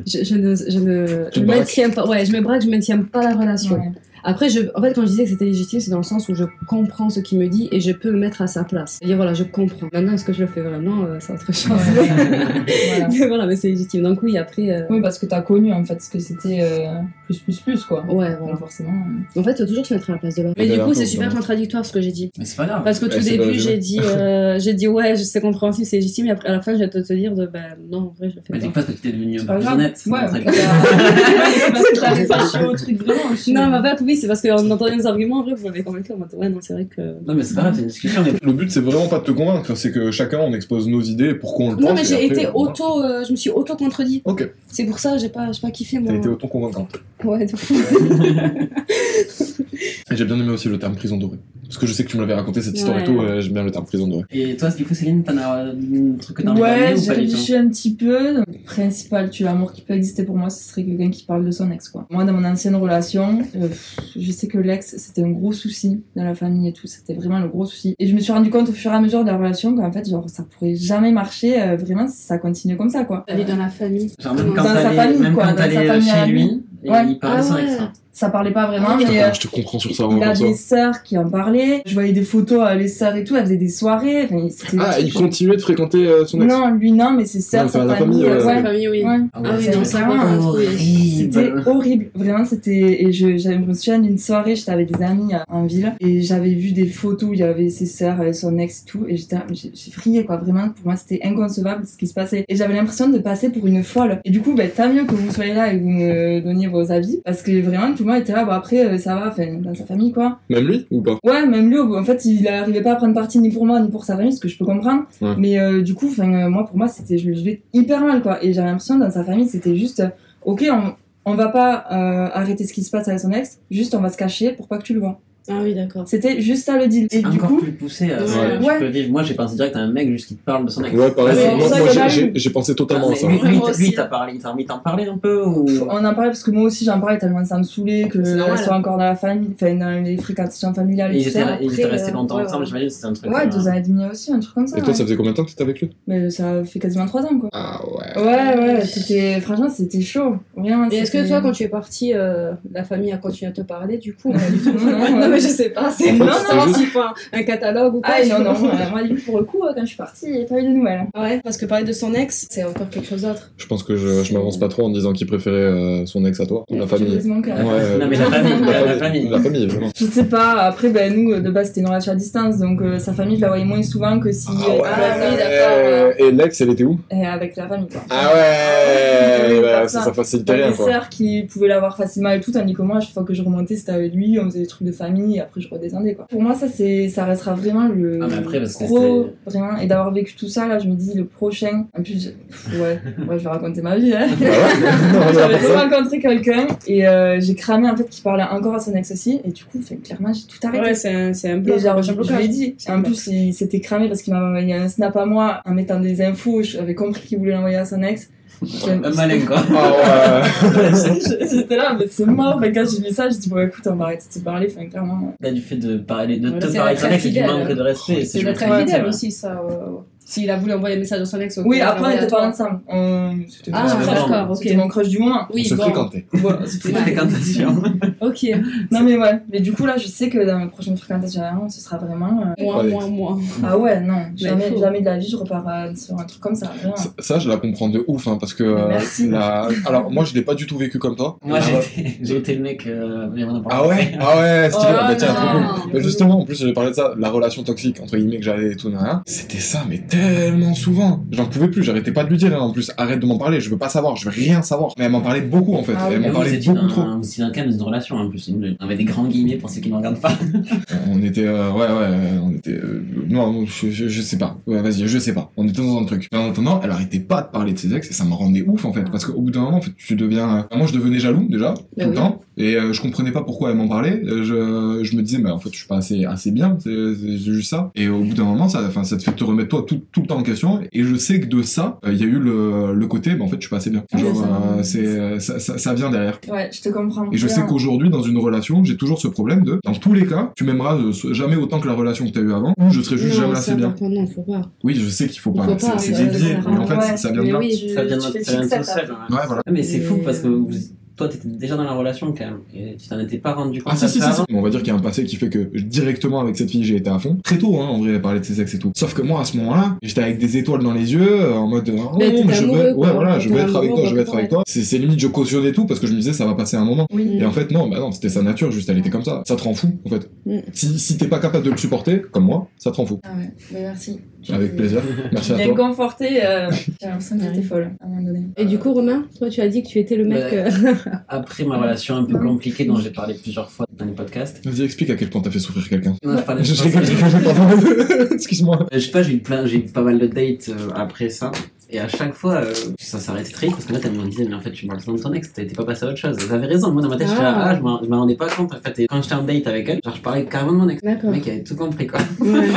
[SPEAKER 5] je, je ne, je ne je
[SPEAKER 1] Tu te braques.
[SPEAKER 5] maintiens pas, ouais, je me braque, je maintiens pas la relation.
[SPEAKER 4] Ouais.
[SPEAKER 5] Après, je, en fait, quand je disais que c'était légitime, c'est dans le sens où je comprends ce qu'il me dit et je peux me mettre à sa place. Et voilà, je comprends. Maintenant, est-ce que je le fais vraiment euh, C'est autre chose.
[SPEAKER 4] Voilà.
[SPEAKER 5] mais voilà, mais c'est légitime. Donc oui, après, euh,
[SPEAKER 4] Oui, parce que t'as connu en fait ce que c'était euh, plus plus plus quoi.
[SPEAKER 5] ouais,
[SPEAKER 4] Donc
[SPEAKER 5] voilà.
[SPEAKER 4] forcément. euh,
[SPEAKER 5] En fait, faut toujours se mettre à la place de l'autre.
[SPEAKER 1] Mais
[SPEAKER 5] Mais du
[SPEAKER 1] t'as
[SPEAKER 5] coup,
[SPEAKER 1] raison,
[SPEAKER 5] c'est super
[SPEAKER 1] vraiment.
[SPEAKER 5] contradictoire ce que j'ai dit.
[SPEAKER 2] Mais c'est pas grave.
[SPEAKER 5] Parce que
[SPEAKER 1] Ouais,
[SPEAKER 5] tout
[SPEAKER 1] c'est pas
[SPEAKER 5] début,
[SPEAKER 1] raisonnable.
[SPEAKER 5] j'ai dit, euh, j'ai dit ouais, je- c'est compréhensible, c'est légitime, et après, à la fin, je vais te, te dire de bah non, en vrai, je le
[SPEAKER 2] Mais
[SPEAKER 5] fais
[SPEAKER 2] t'es
[SPEAKER 5] pas.
[SPEAKER 2] pas parce que t'es devenu un peu
[SPEAKER 4] C'est pas
[SPEAKER 2] plus
[SPEAKER 4] grave.
[SPEAKER 2] honnête.
[SPEAKER 4] Ouais,
[SPEAKER 2] Très
[SPEAKER 4] c'est
[SPEAKER 2] bien.
[SPEAKER 4] parce que t'as
[SPEAKER 5] C'est ça.
[SPEAKER 4] réfléchi au truc vraiment aussi.
[SPEAKER 5] Non, mais en fait, oui, c'est parce qu'en entendant les arguments, en vrai, vous m'avez convaincu en mode ouais, non, c'est vrai que.
[SPEAKER 2] Non, mais c'est pas grave, c'est une discussion. mais-
[SPEAKER 1] Le but, c'est vraiment pas de te convaincre, c'est que chacun, on expose nos idées et pourquoi on le pense.
[SPEAKER 5] Non, mais
[SPEAKER 1] et
[SPEAKER 5] j'ai
[SPEAKER 1] après,
[SPEAKER 5] été
[SPEAKER 1] on voit.
[SPEAKER 5] auto, euh, je me suis auto contredit.
[SPEAKER 1] Ok,
[SPEAKER 5] C'est pour ça, j'ai pas, j'ai pas kiffé
[SPEAKER 1] t'as
[SPEAKER 5] moi.
[SPEAKER 1] été auto-convaincante.
[SPEAKER 5] Ouais, de fou.
[SPEAKER 1] Et j'ai bien aimé aussi le terme prison dorée. Parce que je sais que tu me l'avais raconté cette histoire
[SPEAKER 5] Ouais.
[SPEAKER 1] et tout, euh, j'aime bien le terme prison dorée.
[SPEAKER 2] Et toi, du coup, Céline, t'en as un truc que t'as envie
[SPEAKER 4] Ouais,
[SPEAKER 2] d'amener ou
[SPEAKER 4] j'ai
[SPEAKER 2] pas du tout
[SPEAKER 4] réfléchi un petit peu. Le principal tu amour qui peut exister pour moi, ce serait quelqu'un qui parle de son ex, quoi. Moi, dans mon ancienne relation, euh, pff, je sais que l'ex, c'était un gros souci dans la famille et tout. C'était vraiment le gros souci. Et je me suis rendu compte au fur et à mesure de la relation qu'en fait, genre, ça pourrait jamais marcher euh, vraiment si ça continuait comme ça, quoi. Euh,
[SPEAKER 5] Elle est dans la famille.
[SPEAKER 2] Genre, même quand
[SPEAKER 4] Dans sa
[SPEAKER 2] t'allais-
[SPEAKER 4] famille,
[SPEAKER 2] même
[SPEAKER 4] quoi,
[SPEAKER 2] quand
[SPEAKER 4] dans sa
[SPEAKER 2] t'allais euh,
[SPEAKER 4] famille à
[SPEAKER 2] chez
[SPEAKER 4] lui.
[SPEAKER 2] lui, et
[SPEAKER 4] Ouais.
[SPEAKER 2] il parlait
[SPEAKER 5] Ah
[SPEAKER 2] sans
[SPEAKER 5] ouais.
[SPEAKER 2] accent.
[SPEAKER 4] Ça parlait pas vraiment,
[SPEAKER 5] Ah,
[SPEAKER 1] Je te,
[SPEAKER 4] mais euh,
[SPEAKER 1] je te comprends sur ça,
[SPEAKER 4] il
[SPEAKER 1] vraiment
[SPEAKER 4] a
[SPEAKER 1] comme ça.
[SPEAKER 4] des sœurs qui en parlaient. Je voyais des photos à les sœurs et tout. Elles faisaient des soirées. Enfin, c'était des
[SPEAKER 1] Ah,
[SPEAKER 4] trucs-
[SPEAKER 1] il continuait de fréquenter euh, son ex
[SPEAKER 4] Non, lui, non, mais ses sœurs,
[SPEAKER 1] Non,
[SPEAKER 4] sa
[SPEAKER 1] la
[SPEAKER 4] famille.
[SPEAKER 1] famille,
[SPEAKER 4] euh,
[SPEAKER 1] ouais.
[SPEAKER 5] La
[SPEAKER 4] ouais.
[SPEAKER 5] famille, oui.
[SPEAKER 4] ouais.
[SPEAKER 2] Ah
[SPEAKER 5] Ah oui,
[SPEAKER 2] c'est
[SPEAKER 5] non, ça,
[SPEAKER 2] vraiment
[SPEAKER 5] par contre, oui.
[SPEAKER 4] C'était
[SPEAKER 2] horrible.
[SPEAKER 4] horrible, vraiment c'était et je, je me souviens d'une soirée, j'étais avec des amis à- en ville et j'avais vu des photos où il y avait ses sœurs, euh, son ex et tout et j'étais mais j'ai j'ai frié quoi, vraiment pour moi c'était inconcevable ce qui se passait et j'avais l'impression de passer pour une folle. Et du coup, ben tant mieux que vous soyez là et que vous me donniez vos avis parce que vraiment tout le monde était là bah après euh, ça va, enfin dans sa famille quoi.
[SPEAKER 1] Même lui ou pas
[SPEAKER 4] Ouais, même lui, au bout- en fait, il arrivait pas à prendre parti ni pour moi ni pour sa famille, ce que je peux comprendre.
[SPEAKER 1] Ouais.
[SPEAKER 4] Mais euh, du coup, 'fin, euh, moi, pour moi, c'était, je le vivais hyper mal, quoi. Et j'avais l'impression dans sa famille, c'était juste, euh, ok, on, on va pas euh, arrêter ce qui se passe avec son ex, juste on va se cacher pour pas que tu le vois.
[SPEAKER 5] Ah oui, d'accord.
[SPEAKER 4] C'était juste ça le deal. Et du
[SPEAKER 2] Encore
[SPEAKER 4] coup,
[SPEAKER 2] plus poussé. euh,
[SPEAKER 5] Ouais.
[SPEAKER 2] tu
[SPEAKER 4] Ouais.
[SPEAKER 2] peux vivre. Moi, j'ai pensé direct à un mec juste qui te parle de son ex.
[SPEAKER 1] Ouais, pareil,
[SPEAKER 4] Ah,
[SPEAKER 1] c'est-
[SPEAKER 4] mais
[SPEAKER 1] moi,
[SPEAKER 4] ça,
[SPEAKER 1] moi,
[SPEAKER 4] il y en a
[SPEAKER 1] j'ai-
[SPEAKER 4] eu.
[SPEAKER 1] j'ai- j'ai pensé
[SPEAKER 2] Ah,
[SPEAKER 1] totalement à
[SPEAKER 2] mais
[SPEAKER 1] ça.
[SPEAKER 2] lui, lui,
[SPEAKER 5] Moi
[SPEAKER 2] lui,
[SPEAKER 5] aussi.
[SPEAKER 2] t'as parlé, il t'a envie d'en parler un peu ou...
[SPEAKER 4] on en parlait parce que moi aussi j'en parlais tellement ça me saoulait que
[SPEAKER 5] C'est normal.
[SPEAKER 4] elle soit encore dans la famille, enfin dans les fréquentations familiales. et
[SPEAKER 2] Ils
[SPEAKER 4] tout
[SPEAKER 2] étaient,
[SPEAKER 4] ça.
[SPEAKER 2] ils étaient
[SPEAKER 5] après,
[SPEAKER 2] restés
[SPEAKER 5] euh,
[SPEAKER 2] longtemps
[SPEAKER 5] ouais,
[SPEAKER 2] ensemble,
[SPEAKER 5] ouais.
[SPEAKER 2] j'imagine, c'était un truc.
[SPEAKER 4] Ouais,
[SPEAKER 2] euh,
[SPEAKER 4] deux ans et demi aussi, un truc comme ça.
[SPEAKER 1] Et toi,
[SPEAKER 4] ouais.
[SPEAKER 1] ça faisait combien de temps que t'étais avec lui
[SPEAKER 4] Mais ça fait quasiment trois ans, quoi.
[SPEAKER 1] Ah ouais.
[SPEAKER 4] Ouais, ouais, c'était, franchement, c'était chaud. Vraiment,
[SPEAKER 5] Et est-ce que
[SPEAKER 4] c'était-
[SPEAKER 5] toi, quand tu es partie, euh, la famille a continué à te parler du coup
[SPEAKER 4] Non, du tout.
[SPEAKER 5] Non, mais je sais pas, c'est
[SPEAKER 1] En fait,
[SPEAKER 5] non,
[SPEAKER 1] c'était
[SPEAKER 5] non,
[SPEAKER 1] juste-
[SPEAKER 5] s'il faut un, un catalogue ou quoi.
[SPEAKER 4] Ah
[SPEAKER 5] je-
[SPEAKER 4] non, Ah non, euh, moi du coup, pour le coup, euh, quand je suis partie, il n'y a pas eu de nouvelles.
[SPEAKER 5] Ouais, parce que parler de son ex, c'est encore quelque chose d'autre.
[SPEAKER 1] Je pense que je, je m'avance pas trop en disant qu'il préférait euh, son ex à toi, la
[SPEAKER 4] Je
[SPEAKER 1] famille.
[SPEAKER 4] brise mon cœur.
[SPEAKER 1] Ouais, euh,
[SPEAKER 2] Non, mais la famille, la la famille.
[SPEAKER 1] La famille, vraiment.
[SPEAKER 4] Je sais pas, après, ben, nous, euh, de base, c'était une relation à distance, donc euh, sa famille, je la voyais moins souvent que si.
[SPEAKER 1] Ah ouais.
[SPEAKER 4] Ah oui, d'accord.
[SPEAKER 1] Et l'ex, elle était où
[SPEAKER 4] Et avec la famille, quoi.
[SPEAKER 1] Ah ouais,
[SPEAKER 4] Oui,
[SPEAKER 1] bah,
[SPEAKER 4] comme
[SPEAKER 1] ça,
[SPEAKER 4] ça.
[SPEAKER 1] ça facilite
[SPEAKER 4] T'avais
[SPEAKER 1] rien
[SPEAKER 4] des
[SPEAKER 1] quoi.
[SPEAKER 4] sœurs qui pouvaient l'avoir facilement et tout, tandis que moi, à chaque fois que je remontais, c'était avec lui, on faisait des trucs de famille, et après je redescendais, quoi. Pour moi, ça, c'est, ça restera vraiment le
[SPEAKER 2] Ah, mais après, parce que
[SPEAKER 4] gros,
[SPEAKER 2] c'était-
[SPEAKER 4] vraiment, et d'avoir vécu tout ça, là, je me dis, le prochain, en plus, je- pff, ouais, ouais, je vais raconter ma vie, hein.
[SPEAKER 1] Bah ouais, non, on est là
[SPEAKER 4] J'avais
[SPEAKER 1] pour ça.
[SPEAKER 4] rencontré quelqu'un, et euh, j'ai cramé, en fait, qui parlait encore à son ex aussi, et du coup, fait, clairement, j'ai tout arrêté.
[SPEAKER 5] Ouais, c'est un, c'est un
[SPEAKER 4] Et
[SPEAKER 5] blocage.
[SPEAKER 4] genre,
[SPEAKER 5] c'est
[SPEAKER 4] je,
[SPEAKER 5] un
[SPEAKER 4] je lui ai
[SPEAKER 5] blocage.
[SPEAKER 4] dit.
[SPEAKER 5] C'est un
[SPEAKER 4] En
[SPEAKER 5] bloc.
[SPEAKER 4] plus, il s'était cramé parce qu'il m'a envoyé un snap à moi en mettant des infos. J'avais compris qu'il voulait l'envoyer à son ex.
[SPEAKER 2] Un malin, quoi.
[SPEAKER 1] Ah ouais.
[SPEAKER 4] J'étais là, mais c'est mort. Enfin, quand j'ai vu ça, j'ai dit, bon, écoute, on va arrêter de se parler. Enfin, clairement. ouais.
[SPEAKER 2] Là, du fait de parler de
[SPEAKER 5] Voilà,
[SPEAKER 2] te
[SPEAKER 5] c'est
[SPEAKER 2] parler
[SPEAKER 5] la
[SPEAKER 2] de ton ex, c'est du
[SPEAKER 5] infidèle.
[SPEAKER 2] manque de respect.
[SPEAKER 5] C'est
[SPEAKER 2] je
[SPEAKER 5] le
[SPEAKER 2] me
[SPEAKER 5] très
[SPEAKER 2] trompe,
[SPEAKER 5] fidèle
[SPEAKER 2] ouais.
[SPEAKER 5] aussi, ça. ouais, ouais. S'il a voulu envoyer un message à son ex, ok,
[SPEAKER 4] Oui,
[SPEAKER 5] il a
[SPEAKER 4] après, on
[SPEAKER 5] envoyé à
[SPEAKER 4] n'était
[SPEAKER 5] toi.
[SPEAKER 4] pas ensemble. On- C'était
[SPEAKER 5] Ah,
[SPEAKER 4] mon crush,
[SPEAKER 2] d'accord,
[SPEAKER 4] quoi.
[SPEAKER 5] ok.
[SPEAKER 4] C'était mon crush du moment.
[SPEAKER 1] On
[SPEAKER 5] Oui,
[SPEAKER 1] se
[SPEAKER 5] bon.
[SPEAKER 1] fréquentait.
[SPEAKER 4] Voilà,
[SPEAKER 2] C'est
[SPEAKER 4] c'était-
[SPEAKER 2] une fréquentation.
[SPEAKER 5] Ok.
[SPEAKER 4] non, mais ouais. Mais du coup, là, je sais que dans mes prochaines fréquentations, vraiment, ce sera vraiment. euh,
[SPEAKER 5] Moi,
[SPEAKER 1] Ouais.
[SPEAKER 5] moi, moi.
[SPEAKER 4] Ah ouais, non. Jamais,
[SPEAKER 5] faut.
[SPEAKER 4] jamais de la vie, je repars euh, sur un truc comme ça. Vraiment.
[SPEAKER 1] Ça- Ça, je la comprends de ouf, hein, parce que. euh,
[SPEAKER 4] Merci.
[SPEAKER 1] la- Alors, moi, je l'ai pas du tout vécu comme toi.
[SPEAKER 2] Moi,
[SPEAKER 1] Ah
[SPEAKER 2] j'ai
[SPEAKER 1] ouais.
[SPEAKER 2] été- j'ai été le mec. euh, mais on en parle
[SPEAKER 1] Ah ouais Ah ouais, stylé.
[SPEAKER 4] Oh
[SPEAKER 1] bah, tiens,
[SPEAKER 4] là
[SPEAKER 1] trop
[SPEAKER 4] là.
[SPEAKER 1] cool. Bah, justement, en plus, j'ai parlé de ça, la relation toxique, entre guillemets, que j'avais et tout, nanana. C'était ça, mais tellement souvent. J'en pouvais plus, j'arrêtais pas de lui dire, hein, en plus. Arrête de m'en parler, je veux pas savoir, je veux rien savoir. Mais elle m'en parlait beaucoup, en fait.
[SPEAKER 4] Ah
[SPEAKER 1] elle
[SPEAKER 4] oui,
[SPEAKER 2] Mais
[SPEAKER 1] m'en
[SPEAKER 2] vous,
[SPEAKER 1] parlait
[SPEAKER 2] vous étiez
[SPEAKER 1] beaucoup
[SPEAKER 2] dans,
[SPEAKER 1] trop.
[SPEAKER 2] un- vous étiez dans quand même dans une relation en plus, on avait des grands guillemets pour ceux qui ne regardent pas.
[SPEAKER 1] On était, euh, ouais, ouais, euh, on était, euh, non, je, je, je sais pas, ouais, vas-y, je sais pas. On était dans un truc. Mais en attendant, elle arrêtait pas de parler de ses ex et ça me rendait ouf en fait, parce qu'au bout d'un moment, en fait, tu deviens, euh, moi je devenais jaloux déjà tout
[SPEAKER 5] Bah oui.
[SPEAKER 1] le temps, Et euh, je comprenais pas pourquoi elle m'en parlait. Euh, je, je me disais, mais en fait, je suis pas assez, assez bien, c'est c'est juste ça. Et au bout d'un moment, ça, enfin, ça te fait te remettre toi tout, tout le temps en question. Et je sais que de ça, euh, il y a eu le, le côté, bah, en fait, je suis pas assez bien.
[SPEAKER 5] Ouais,
[SPEAKER 1] Genre,
[SPEAKER 5] Ah, ça-
[SPEAKER 1] euh, c'est- ça, ça, ça vient derrière.
[SPEAKER 4] Ouais, je te comprends.
[SPEAKER 1] Et je sais
[SPEAKER 4] bien.
[SPEAKER 1] qu'aujourd'hui, dans une relation, j'ai toujours ce problème de, dans tous les cas, tu m'aimeras euh, so- jamais autant que la relation que t'as eue avant, ou je serai juste jamais
[SPEAKER 5] Non,
[SPEAKER 1] assez
[SPEAKER 5] ça,
[SPEAKER 1] bien.
[SPEAKER 5] par contre, non, faut pas.
[SPEAKER 1] Oui, je sais qu'il faut
[SPEAKER 5] Il
[SPEAKER 1] pas,
[SPEAKER 5] faut
[SPEAKER 1] c'est-
[SPEAKER 5] pas,
[SPEAKER 1] c'est
[SPEAKER 5] ouais,
[SPEAKER 1] dévié,
[SPEAKER 5] ouais,
[SPEAKER 1] mais en fait,
[SPEAKER 4] ouais,
[SPEAKER 1] ça vient de
[SPEAKER 4] mais
[SPEAKER 1] là.
[SPEAKER 4] oui, tu-
[SPEAKER 2] Ça vient de
[SPEAKER 4] tu
[SPEAKER 2] notre
[SPEAKER 4] fais le
[SPEAKER 2] ça vient de
[SPEAKER 4] fixer,
[SPEAKER 2] notre
[SPEAKER 4] ça.
[SPEAKER 2] sel, hein.
[SPEAKER 1] Ouais, voilà.
[SPEAKER 2] Ah, Mais c'est
[SPEAKER 5] Mais-
[SPEAKER 2] fou parce que
[SPEAKER 4] euh,
[SPEAKER 2] vous- toi, t'étais déjà dans la relation quand même. Et tu t'en étais pas rendu compte.
[SPEAKER 1] Ah si, si, si,
[SPEAKER 2] avant.
[SPEAKER 1] si. Mais on va dire qu'il y a un passé qui fait que je- directement avec cette fille j'ai été à fond. Très tôt hein, en vrai, elle parlait de ses ex et tout. Sauf que moi à ce moment-là, j'étais avec des étoiles dans les yeux, euh, en mode euh, oh,
[SPEAKER 5] Mais t'étais
[SPEAKER 1] je
[SPEAKER 5] Bah, amoureux,
[SPEAKER 1] veux,
[SPEAKER 5] quoi.
[SPEAKER 1] ouais voilà, je
[SPEAKER 5] T'étais
[SPEAKER 1] veux être avec
[SPEAKER 5] amoureux, bah,
[SPEAKER 1] toi, je veux être
[SPEAKER 5] quoi.
[SPEAKER 1] avec toi. C'est c'est limite je cautionnais tout parce que je me disais ça va passer un moment.
[SPEAKER 4] Oui.
[SPEAKER 1] Et en fait non, bah non, c'était sa nature, juste elle était comme ça. Ça te rend fou en fait.
[SPEAKER 5] Mm.
[SPEAKER 1] Si, si t'es pas capable de le supporter, comme moi, ça te rend fou.
[SPEAKER 4] Ah ouais,
[SPEAKER 5] Bah,
[SPEAKER 4] mais merci.
[SPEAKER 1] Avec plaisir. Merci
[SPEAKER 4] Tu
[SPEAKER 1] à
[SPEAKER 4] viens me
[SPEAKER 1] toi.
[SPEAKER 4] conforter. euh, J'ai l'impression que j'étais folle à un moment donné.
[SPEAKER 5] Et du coup, Romain, toi, tu as dit que tu étais le mec.
[SPEAKER 2] Ouais.
[SPEAKER 5] euh,
[SPEAKER 2] Après ma relation un peu compliquée dont j'ai parlé plusieurs fois dans les podcasts.
[SPEAKER 1] Vas-y explique à quel point t'as fait souffrir quelqu'un.
[SPEAKER 2] Non, je parlais-
[SPEAKER 1] Je je rigole, je rigole, pardon. Excuse-moi.
[SPEAKER 2] Euh, Je sais pas, j'ai eu plein, j'ai eu pas mal de dates euh, après ça. Et à chaque fois, euh, ça s'arrêtait très vite parce que là, elle me disait, mais en fait, tu parles de ton ex, t'étais pas passé à autre chose. Elle avait raison, moi dans ma tête, j'étais là,
[SPEAKER 5] Ah.
[SPEAKER 2] ah, je m'en- je m'en rendais pas compte. En fait, et quand j'étais en date avec elle, genre, je parlais carrément de mon ex. Le
[SPEAKER 5] D'accord.
[SPEAKER 2] mec avait tout compris quoi.
[SPEAKER 5] Ouais.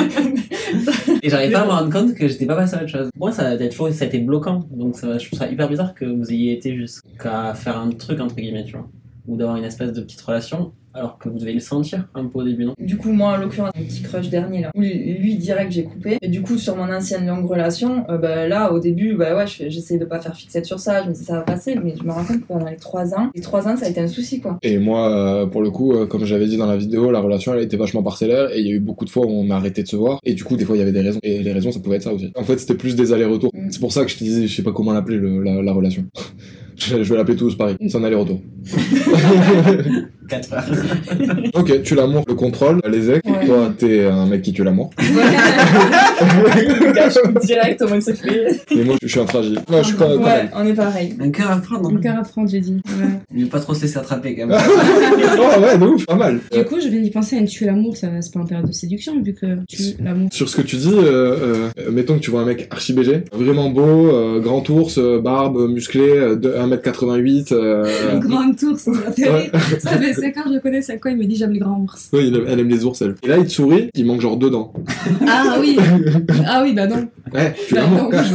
[SPEAKER 2] Et j'arrivais pas à me rendre compte que j'étais pas passé à autre chose. Moi, ça a été toujours, ça a été bloquant. Donc, ça, je trouve ça hyper bizarre que vous ayez été jusqu'à faire un truc, entre guillemets, tu vois. Ou d'avoir une espèce de petite relation, alors que vous devez le sentir un peu au début, non
[SPEAKER 4] Du coup, moi, en l'occurrence, mon petit crush dernier, là, où lui, direct, j'ai coupé. Et du coup, sur mon ancienne longue relation, euh, bah, là, au début, bah ouais, je- j'essayais de pas faire fixette sur ça, je me disais ça va passer, mais je me rends compte que pendant les trois ans, les trois ans, ça a été un souci, quoi.
[SPEAKER 1] Et moi, euh, pour le coup, euh, comme j'avais dit dans la vidéo, la relation elle était vachement parcellaire et il y a eu beaucoup de fois où on a arrêté de se voir. Et du coup, des fois, il y avait des raisons. Et les raisons, ça pouvait être ça aussi. En fait, c'était plus des allers-retours.
[SPEAKER 4] Mm.
[SPEAKER 1] C'est pour ça que je te disais, je sais pas comment l'appeler le- la, la relation. je, je vais l'appeler tous pareil. C'est un aller-retour.
[SPEAKER 2] 4 heures.
[SPEAKER 1] ok, tu l'amour, le contrôle, les ex.
[SPEAKER 4] Ouais.
[SPEAKER 1] Toi, t'es un mec qui tue l'amour.
[SPEAKER 4] direct, au moins, c'est fait.
[SPEAKER 1] Mais moi, je suis un fragile. Non, je suis pas. quand
[SPEAKER 4] Ouais,
[SPEAKER 1] même.
[SPEAKER 4] on est pareil.
[SPEAKER 2] Un cœur à prendre,
[SPEAKER 5] Mon
[SPEAKER 2] hein.
[SPEAKER 5] cœur à prendre, j'ai dit. Ouais.
[SPEAKER 2] Mais pas trop se laisser attraper quand même.
[SPEAKER 1] Oh, ouais, de ouf, pas mal.
[SPEAKER 5] Du coup, je viens d'y penser à une tuer l'amour, ça c'est pas un période de séduction vu que tu l'amour.
[SPEAKER 1] Sur ce que tu dis, euh, euh, mettons que tu vois un mec archi BG, vraiment beau, euh, grand ours, euh, barbe, musclé, euh, de 1m88. euh,
[SPEAKER 5] Grand ours, ça m'a fait
[SPEAKER 1] Ouais.
[SPEAKER 5] rire. Ça fait 5 ans que je le connais, 5 ans, il me dit j'aime les grands ours.
[SPEAKER 1] Ouais, il aime- elle aime les ours, elle. Et là, il te sourit, il manque genre deux dents.
[SPEAKER 5] Ah oui Ah oui, bah non.
[SPEAKER 1] Ouais, tu
[SPEAKER 5] Bah,
[SPEAKER 1] l'amour,
[SPEAKER 5] non.
[SPEAKER 1] cache.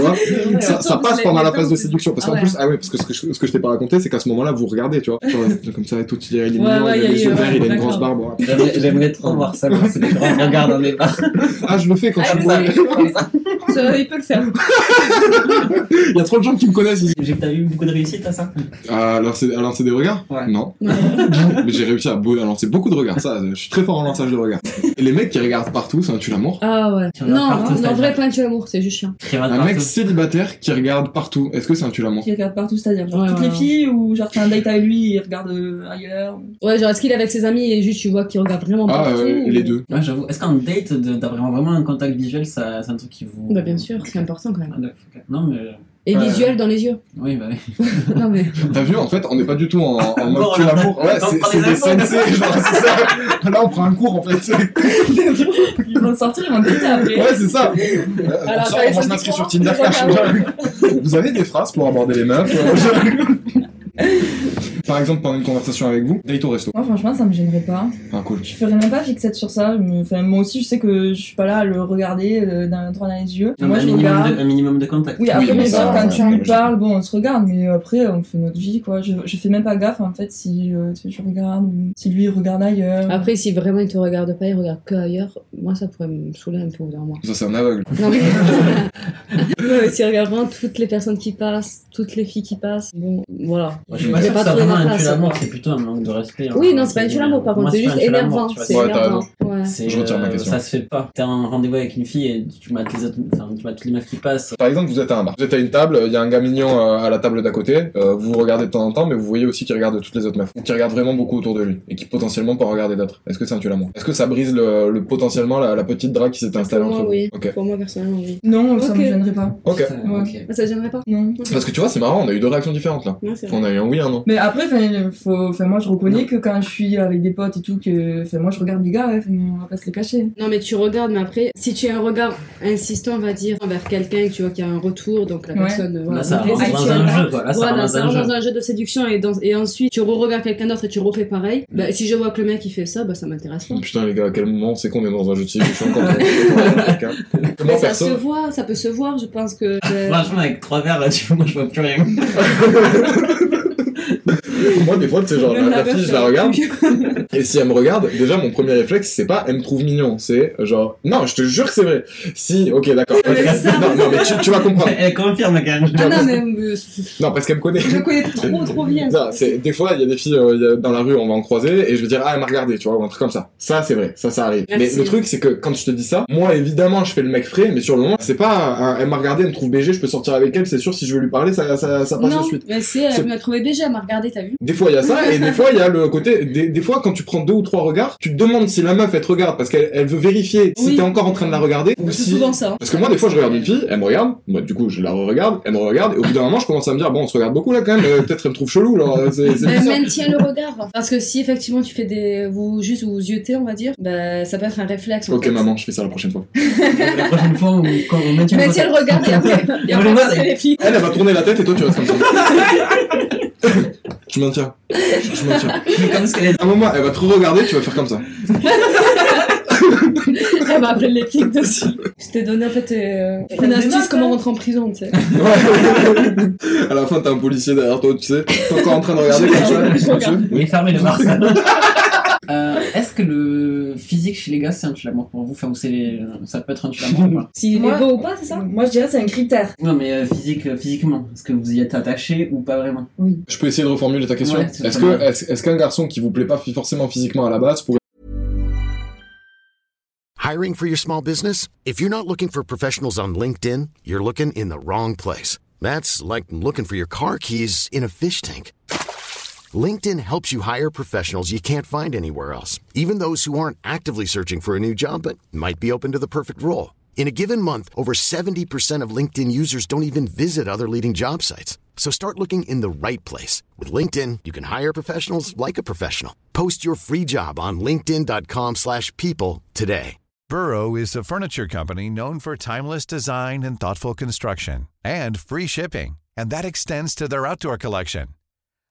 [SPEAKER 1] vois ça,
[SPEAKER 5] Surtout
[SPEAKER 1] ça
[SPEAKER 5] parce
[SPEAKER 1] passe
[SPEAKER 5] que
[SPEAKER 1] pendant
[SPEAKER 5] les
[SPEAKER 1] la phase
[SPEAKER 5] dents,
[SPEAKER 1] de
[SPEAKER 5] c'est-
[SPEAKER 1] séduction. Parce qu'en
[SPEAKER 5] Ouais.
[SPEAKER 1] plus, ah ouais, parce que ce que je, ce que je t'ai pas raconté, c'est qu'à ce moment-là, vous regardez, tu vois. Genre, comme ça, tout, il est
[SPEAKER 5] Ouais,
[SPEAKER 1] mignon,
[SPEAKER 5] ouais,
[SPEAKER 1] il a
[SPEAKER 5] y a
[SPEAKER 1] les
[SPEAKER 5] eu,
[SPEAKER 1] yeux verts,
[SPEAKER 5] ouais,
[SPEAKER 1] il a une
[SPEAKER 5] d'accord.
[SPEAKER 1] grosse barbe. ouais.
[SPEAKER 2] J'aimerais j'aimerais trop voir ça, moi, c'est des grands regards dans mes bars.
[SPEAKER 1] Ah, je le fais quand
[SPEAKER 4] Ah,
[SPEAKER 1] ça me
[SPEAKER 4] mais
[SPEAKER 1] voit.
[SPEAKER 4] oui.
[SPEAKER 2] Comme ça.
[SPEAKER 5] Ça, il peut le faire.
[SPEAKER 1] Il y a trop de gens qui me connaissent ici.
[SPEAKER 2] J'ai pas eu beaucoup de réussite à ça.
[SPEAKER 1] Ah, alors, c'est alors, c'est des regards
[SPEAKER 2] Ouais.
[SPEAKER 1] Non.
[SPEAKER 5] Ouais.
[SPEAKER 1] Mais j'ai réussi à, beau- à lancer beaucoup de regards, ça. Je suis très fort en lançage de regards. Et les mecs qui regardent partout, c'est un tu l'amour.
[SPEAKER 5] Ah ouais.
[SPEAKER 2] Tu regardes
[SPEAKER 5] Non,
[SPEAKER 2] partout,
[SPEAKER 5] non, en
[SPEAKER 2] c'est-à-dire.
[SPEAKER 5] vrai, pas un tuer l'amour, c'est juste chiant.
[SPEAKER 2] Très mal
[SPEAKER 1] Un
[SPEAKER 2] partout.
[SPEAKER 1] mec célibataire qui regarde partout, est-ce que c'est un tu l'amour
[SPEAKER 4] Qui regarde partout, c'est-à-dire, genre,
[SPEAKER 5] Ouais,
[SPEAKER 4] toutes
[SPEAKER 5] ouais,
[SPEAKER 4] les
[SPEAKER 5] ouais.
[SPEAKER 4] filles, ou genre, t'as un date avec lui, il regarde euh, ailleurs.
[SPEAKER 5] Ouais, genre, est-ce qu'il est avec ses amis et juste tu vois qu'il regarde vraiment
[SPEAKER 1] Ah,
[SPEAKER 5] partout
[SPEAKER 1] euh,
[SPEAKER 5] ou-
[SPEAKER 1] les deux.
[SPEAKER 2] Ouais, j'avoue. Est-ce qu'un date, de- d'avoir vraiment, vraiment un contact visuel, ça, c'est un truc qui vous.
[SPEAKER 5] Bah bien sûr, c'est important quand même.
[SPEAKER 2] Ah, d'accord, ok. Non, mais.
[SPEAKER 5] Et
[SPEAKER 1] Ouais.
[SPEAKER 5] visuel dans les yeux.
[SPEAKER 2] Oui, bah oui.
[SPEAKER 5] Non mais.
[SPEAKER 1] T'as vu, en fait, on n'est pas du tout en, en mode
[SPEAKER 2] Bon,
[SPEAKER 1] tu
[SPEAKER 2] on a-
[SPEAKER 1] l'amour.
[SPEAKER 2] on
[SPEAKER 1] Ouais,
[SPEAKER 2] prend
[SPEAKER 1] c'est
[SPEAKER 2] des
[SPEAKER 1] c'est des
[SPEAKER 2] infos.
[SPEAKER 1] sensei, genre, c'est ça. Là, on prend un cours, en fait. Ouais,
[SPEAKER 4] Ils vont sortir, ils vont péter après.
[SPEAKER 1] c'est ça. Euh,
[SPEAKER 4] Alors,
[SPEAKER 1] ça,
[SPEAKER 5] bah,
[SPEAKER 4] t'as
[SPEAKER 1] moi,
[SPEAKER 4] les
[SPEAKER 1] je
[SPEAKER 4] sensei
[SPEAKER 1] m'inscris sur
[SPEAKER 4] comment
[SPEAKER 1] Tinder Cash. Vous avez des phrases pour aborder les meufs euh, Par exemple, pendant une conversation avec vous, date au resto.
[SPEAKER 4] Moi, franchement, ça me gênerait pas.
[SPEAKER 1] Ah, cool.
[SPEAKER 4] Je ferais même pas fixette sur ça. je me- Enfin, moi aussi, je sais que je suis pas là à le regarder euh, dans, droit dans les yeux.
[SPEAKER 2] Non,
[SPEAKER 4] moi,
[SPEAKER 2] mais un,
[SPEAKER 4] je
[SPEAKER 2] minimum
[SPEAKER 4] regarde.
[SPEAKER 2] de, un minimum de contact.
[SPEAKER 4] Oui,
[SPEAKER 1] Oui,
[SPEAKER 4] après,
[SPEAKER 1] mais
[SPEAKER 4] mais
[SPEAKER 1] ça,
[SPEAKER 4] genre,
[SPEAKER 1] ouais,
[SPEAKER 4] quand tu
[SPEAKER 1] ouais,
[SPEAKER 4] lui
[SPEAKER 1] je-
[SPEAKER 4] parles, bon, on se regarde, mais après, on fait notre vie, quoi. Je, je fais même pas gaffe, en fait, si, euh, tu sais, je regarde ou si lui, il regarde ailleurs.
[SPEAKER 5] Après, si vraiment il te regarde pas, il regarde que ailleurs, moi ça pourrait me saouler un peu au bout d'un moment.
[SPEAKER 1] Ça, c'est un aveugle.
[SPEAKER 5] Non mais. non, mais s'il regarde vraiment toutes les personnes qui passent, toutes les filles qui passent, bon, voilà.
[SPEAKER 2] Moi, je suis
[SPEAKER 5] Il
[SPEAKER 2] pas
[SPEAKER 5] y a
[SPEAKER 2] sûr que
[SPEAKER 5] pas
[SPEAKER 2] ce soit
[SPEAKER 5] trop
[SPEAKER 2] vraiment
[SPEAKER 5] la
[SPEAKER 2] un
[SPEAKER 5] place,
[SPEAKER 2] tue l'amour,
[SPEAKER 5] quoi.
[SPEAKER 2] c'est plutôt un manque de respect.
[SPEAKER 5] Oui,
[SPEAKER 2] hein.
[SPEAKER 5] non, c'est pas un tue l'amour par
[SPEAKER 2] Moi,
[SPEAKER 5] contre, c'est
[SPEAKER 2] pas
[SPEAKER 5] juste
[SPEAKER 2] un tue l'amour,
[SPEAKER 5] énervant.
[SPEAKER 2] tu vois,
[SPEAKER 5] C'est
[SPEAKER 1] Ouais, t'as
[SPEAKER 5] énervant. Ouais.
[SPEAKER 2] C'est,
[SPEAKER 1] Je retire ma
[SPEAKER 2] euh,
[SPEAKER 1] question.
[SPEAKER 2] Ça se fait pas. T'es en rendez-vous avec une fille et tu mates les autres, enfin, tu mates toutes les meufs qui passent.
[SPEAKER 1] Par exemple, vous êtes à un bar. Vous êtes à une table, il y a un gars mignon euh, à la table d'à côté. euh, Vous vous regardez de temps en temps, mais vous voyez aussi qu'il regarde toutes les autres meufs. Ou qu'il regarde vraiment beaucoup autour de lui. Et qui potentiellement peut en regarder d'autres. Est-ce que c'est un tue l'amour Est-ce que ça brise le, le- potentiellement la, la petite drague qui s'est installée
[SPEAKER 5] Pour
[SPEAKER 1] entre
[SPEAKER 5] moi,
[SPEAKER 1] vous
[SPEAKER 5] oui.
[SPEAKER 1] Ok.
[SPEAKER 5] Pour moi, personnellement, oui.
[SPEAKER 4] Non, ça
[SPEAKER 5] Ok.
[SPEAKER 4] me gênerait pas.
[SPEAKER 1] Ok.
[SPEAKER 2] Putain,
[SPEAKER 4] Ouais.
[SPEAKER 2] ok.
[SPEAKER 5] Ça te gênerait pas
[SPEAKER 4] Non.
[SPEAKER 1] Parce que tu vois, c'est marrant, on a eu deux réactions différentes là.
[SPEAKER 5] Non, c'est vrai.
[SPEAKER 1] On a eu un oui, un non.
[SPEAKER 4] Mais après, enfin, faut... enfin, moi, je reconnais que quand je suis avec des potes et tout, que enfin, moi, je regarde les gars, ouais, enfin, mais on va pas se les cacher.
[SPEAKER 5] Non, mais tu regardes, mais après, si tu as un regard insistant, on va dire, envers quelqu'un et que tu vois qu'il y a un retour, donc la
[SPEAKER 4] Ouais.
[SPEAKER 5] personne. euh,
[SPEAKER 2] Là, ça
[SPEAKER 5] donc,
[SPEAKER 2] rentre
[SPEAKER 5] elle
[SPEAKER 2] dans
[SPEAKER 5] tient
[SPEAKER 2] un
[SPEAKER 5] pas.
[SPEAKER 2] jeu, quoi. Là, ça
[SPEAKER 5] voilà,
[SPEAKER 2] rentre
[SPEAKER 5] ça
[SPEAKER 2] dans un
[SPEAKER 5] rentre
[SPEAKER 2] jeu.
[SPEAKER 5] dans un jeu de séduction et, dans- et ensuite tu re-regardes quelqu'un d'autre et tu refais pareil.
[SPEAKER 2] Mm.
[SPEAKER 5] Bah, si je vois que le mec il fait ça, bah ça m'intéresse pas.
[SPEAKER 1] Oh, Putain, les gars, à quel moment c'est qu'on est dans un jeu de séduction quand on est quelqu'un
[SPEAKER 5] Mais
[SPEAKER 1] Moi,
[SPEAKER 5] ça se
[SPEAKER 1] perso,
[SPEAKER 5] voit, ça peut se voir, je pense que.
[SPEAKER 2] Franchement, avec trois verres, là, tu vois, moi, je vois plus rien.
[SPEAKER 1] moi, des fois, tu sais, genre, la,
[SPEAKER 5] Même
[SPEAKER 1] la fille,
[SPEAKER 5] meuf,
[SPEAKER 1] je la
[SPEAKER 5] elle-
[SPEAKER 1] regarde, et si elle me regarde, déjà, mon premier réflexe, c'est pas, elle me trouve mignon, c'est genre, non, je te jure que c'est vrai. Si, ok, d'accord.
[SPEAKER 5] Mais ça-
[SPEAKER 1] Non, non, mais tu, tu vas comprendre.
[SPEAKER 2] Elle confirme, quand même.
[SPEAKER 5] Ah non, mais. euh,
[SPEAKER 1] Non, parce qu'elle me connaît.
[SPEAKER 4] Je le connais trop, trop bien.
[SPEAKER 1] Non, c'est- des fois, il y a des filles euh, il y a- dans la rue, on va en croiser, et je vais dire, ah, elle m'a regardé, tu vois, ou un truc comme ça. Ça, c'est vrai, ça, ça arrive.
[SPEAKER 5] Merci.
[SPEAKER 1] Mais le truc, c'est que quand je te dis ça, moi, évidemment, je fais le mec frais, mais sur le moment, c'est pas, un- elle m'a regardé, elle me trouve BG, je peux sortir avec elle, c'est sûr, si je veux lui parler, ça, ça, ça passe de
[SPEAKER 5] non,
[SPEAKER 1] suite.
[SPEAKER 5] mais c'est, elle
[SPEAKER 1] C'est-
[SPEAKER 5] m'a trouvé BG, elle m'a regardé, t'as vu
[SPEAKER 1] Des fois, il y a ça, et des fois, il y a le côté, des, des fois, quand tu prends deux ou trois regards, tu te demandes si la meuf, elle te regarde, parce qu'elle elle veut vérifier si
[SPEAKER 5] Oui.
[SPEAKER 1] t'es encore en train de la regarder, ou
[SPEAKER 5] C'est
[SPEAKER 1] si.
[SPEAKER 5] souvent ça. hein.
[SPEAKER 1] Parce que moi, des fois, je regarde une fille, elle me regarde, moi, du coup, je la regarde, elle me regarde, et au bout d'un moment, je commence à me dire, bon, on se regarde beaucoup là quand même, euh, peut-être elle me trouve chelou, alors, euh, c'est c'est
[SPEAKER 5] Ben,
[SPEAKER 1] bizarre.
[SPEAKER 5] maintiens le regard. Parce que si effectivement tu fais des. Vous, juste vous yeuter, on va dire, bah, ça peut être un réflexe. en
[SPEAKER 1] Ok
[SPEAKER 5] fait.
[SPEAKER 1] maman, je fais ça la prochaine fois.
[SPEAKER 2] La prochaine fois, on, quand on maintient
[SPEAKER 5] Maintiens le regard et après, et
[SPEAKER 2] on le
[SPEAKER 5] après
[SPEAKER 2] voit,
[SPEAKER 5] c'est les filles.
[SPEAKER 1] Elle, elle va tourner la tête et toi tu restes comme ça. je maintiens. Je, je maintiens.
[SPEAKER 2] Mais comme ce qu'elle a dit.
[SPEAKER 1] À un moment, elle va trop regarder, tu vas faire comme ça.
[SPEAKER 5] Elle m'a appelé les clics dessus. Je t'ai donné en fait euh, une astuce comment rentrer en prison, tu sais.
[SPEAKER 1] Ouais. à la fin, t'as un policier derrière toi, tu sais. T'es encore en train de regarder comme ça.
[SPEAKER 5] Je
[SPEAKER 1] comme ça.
[SPEAKER 2] Oui, fermez le mars. Euh, Est-ce que le physique chez les gars c'est un tue l'amour pour vous enfin, ou c'est les- Ça peut être un tue l'amour ou pas
[SPEAKER 5] S'il
[SPEAKER 4] Moi-
[SPEAKER 5] est beau ou pas, c'est ça
[SPEAKER 4] Moi, je dirais c'est un critère.
[SPEAKER 2] Non mais euh, physique, euh, physiquement, est-ce que vous y êtes attaché ou pas vraiment
[SPEAKER 1] Je peux essayer de reformuler ta question.
[SPEAKER 2] Ouais, c'est
[SPEAKER 1] est-ce
[SPEAKER 2] ça.
[SPEAKER 1] que est-ce est-ce qu'un garçon qui vous plaît pas forcément physiquement à la base pourrait
[SPEAKER 6] Hiring for your small business? If you're not looking for professionals on LinkedIn, you're looking in the wrong place. That's like looking for your car keys in a fish tank. LinkedIn helps you hire professionals you can't find anywhere else, even those who aren't actively searching for a new job but might be open to the perfect role. In a given month, over 70% of LinkedIn users don't even visit other leading job sites. So start looking in the right place. With LinkedIn, you can hire professionals like a professional. Post your free job on linkedin.com/people slash people today.
[SPEAKER 7] Burrow is a furniture company known for timeless design and thoughtful construction and free shipping, and that extends to their outdoor collection.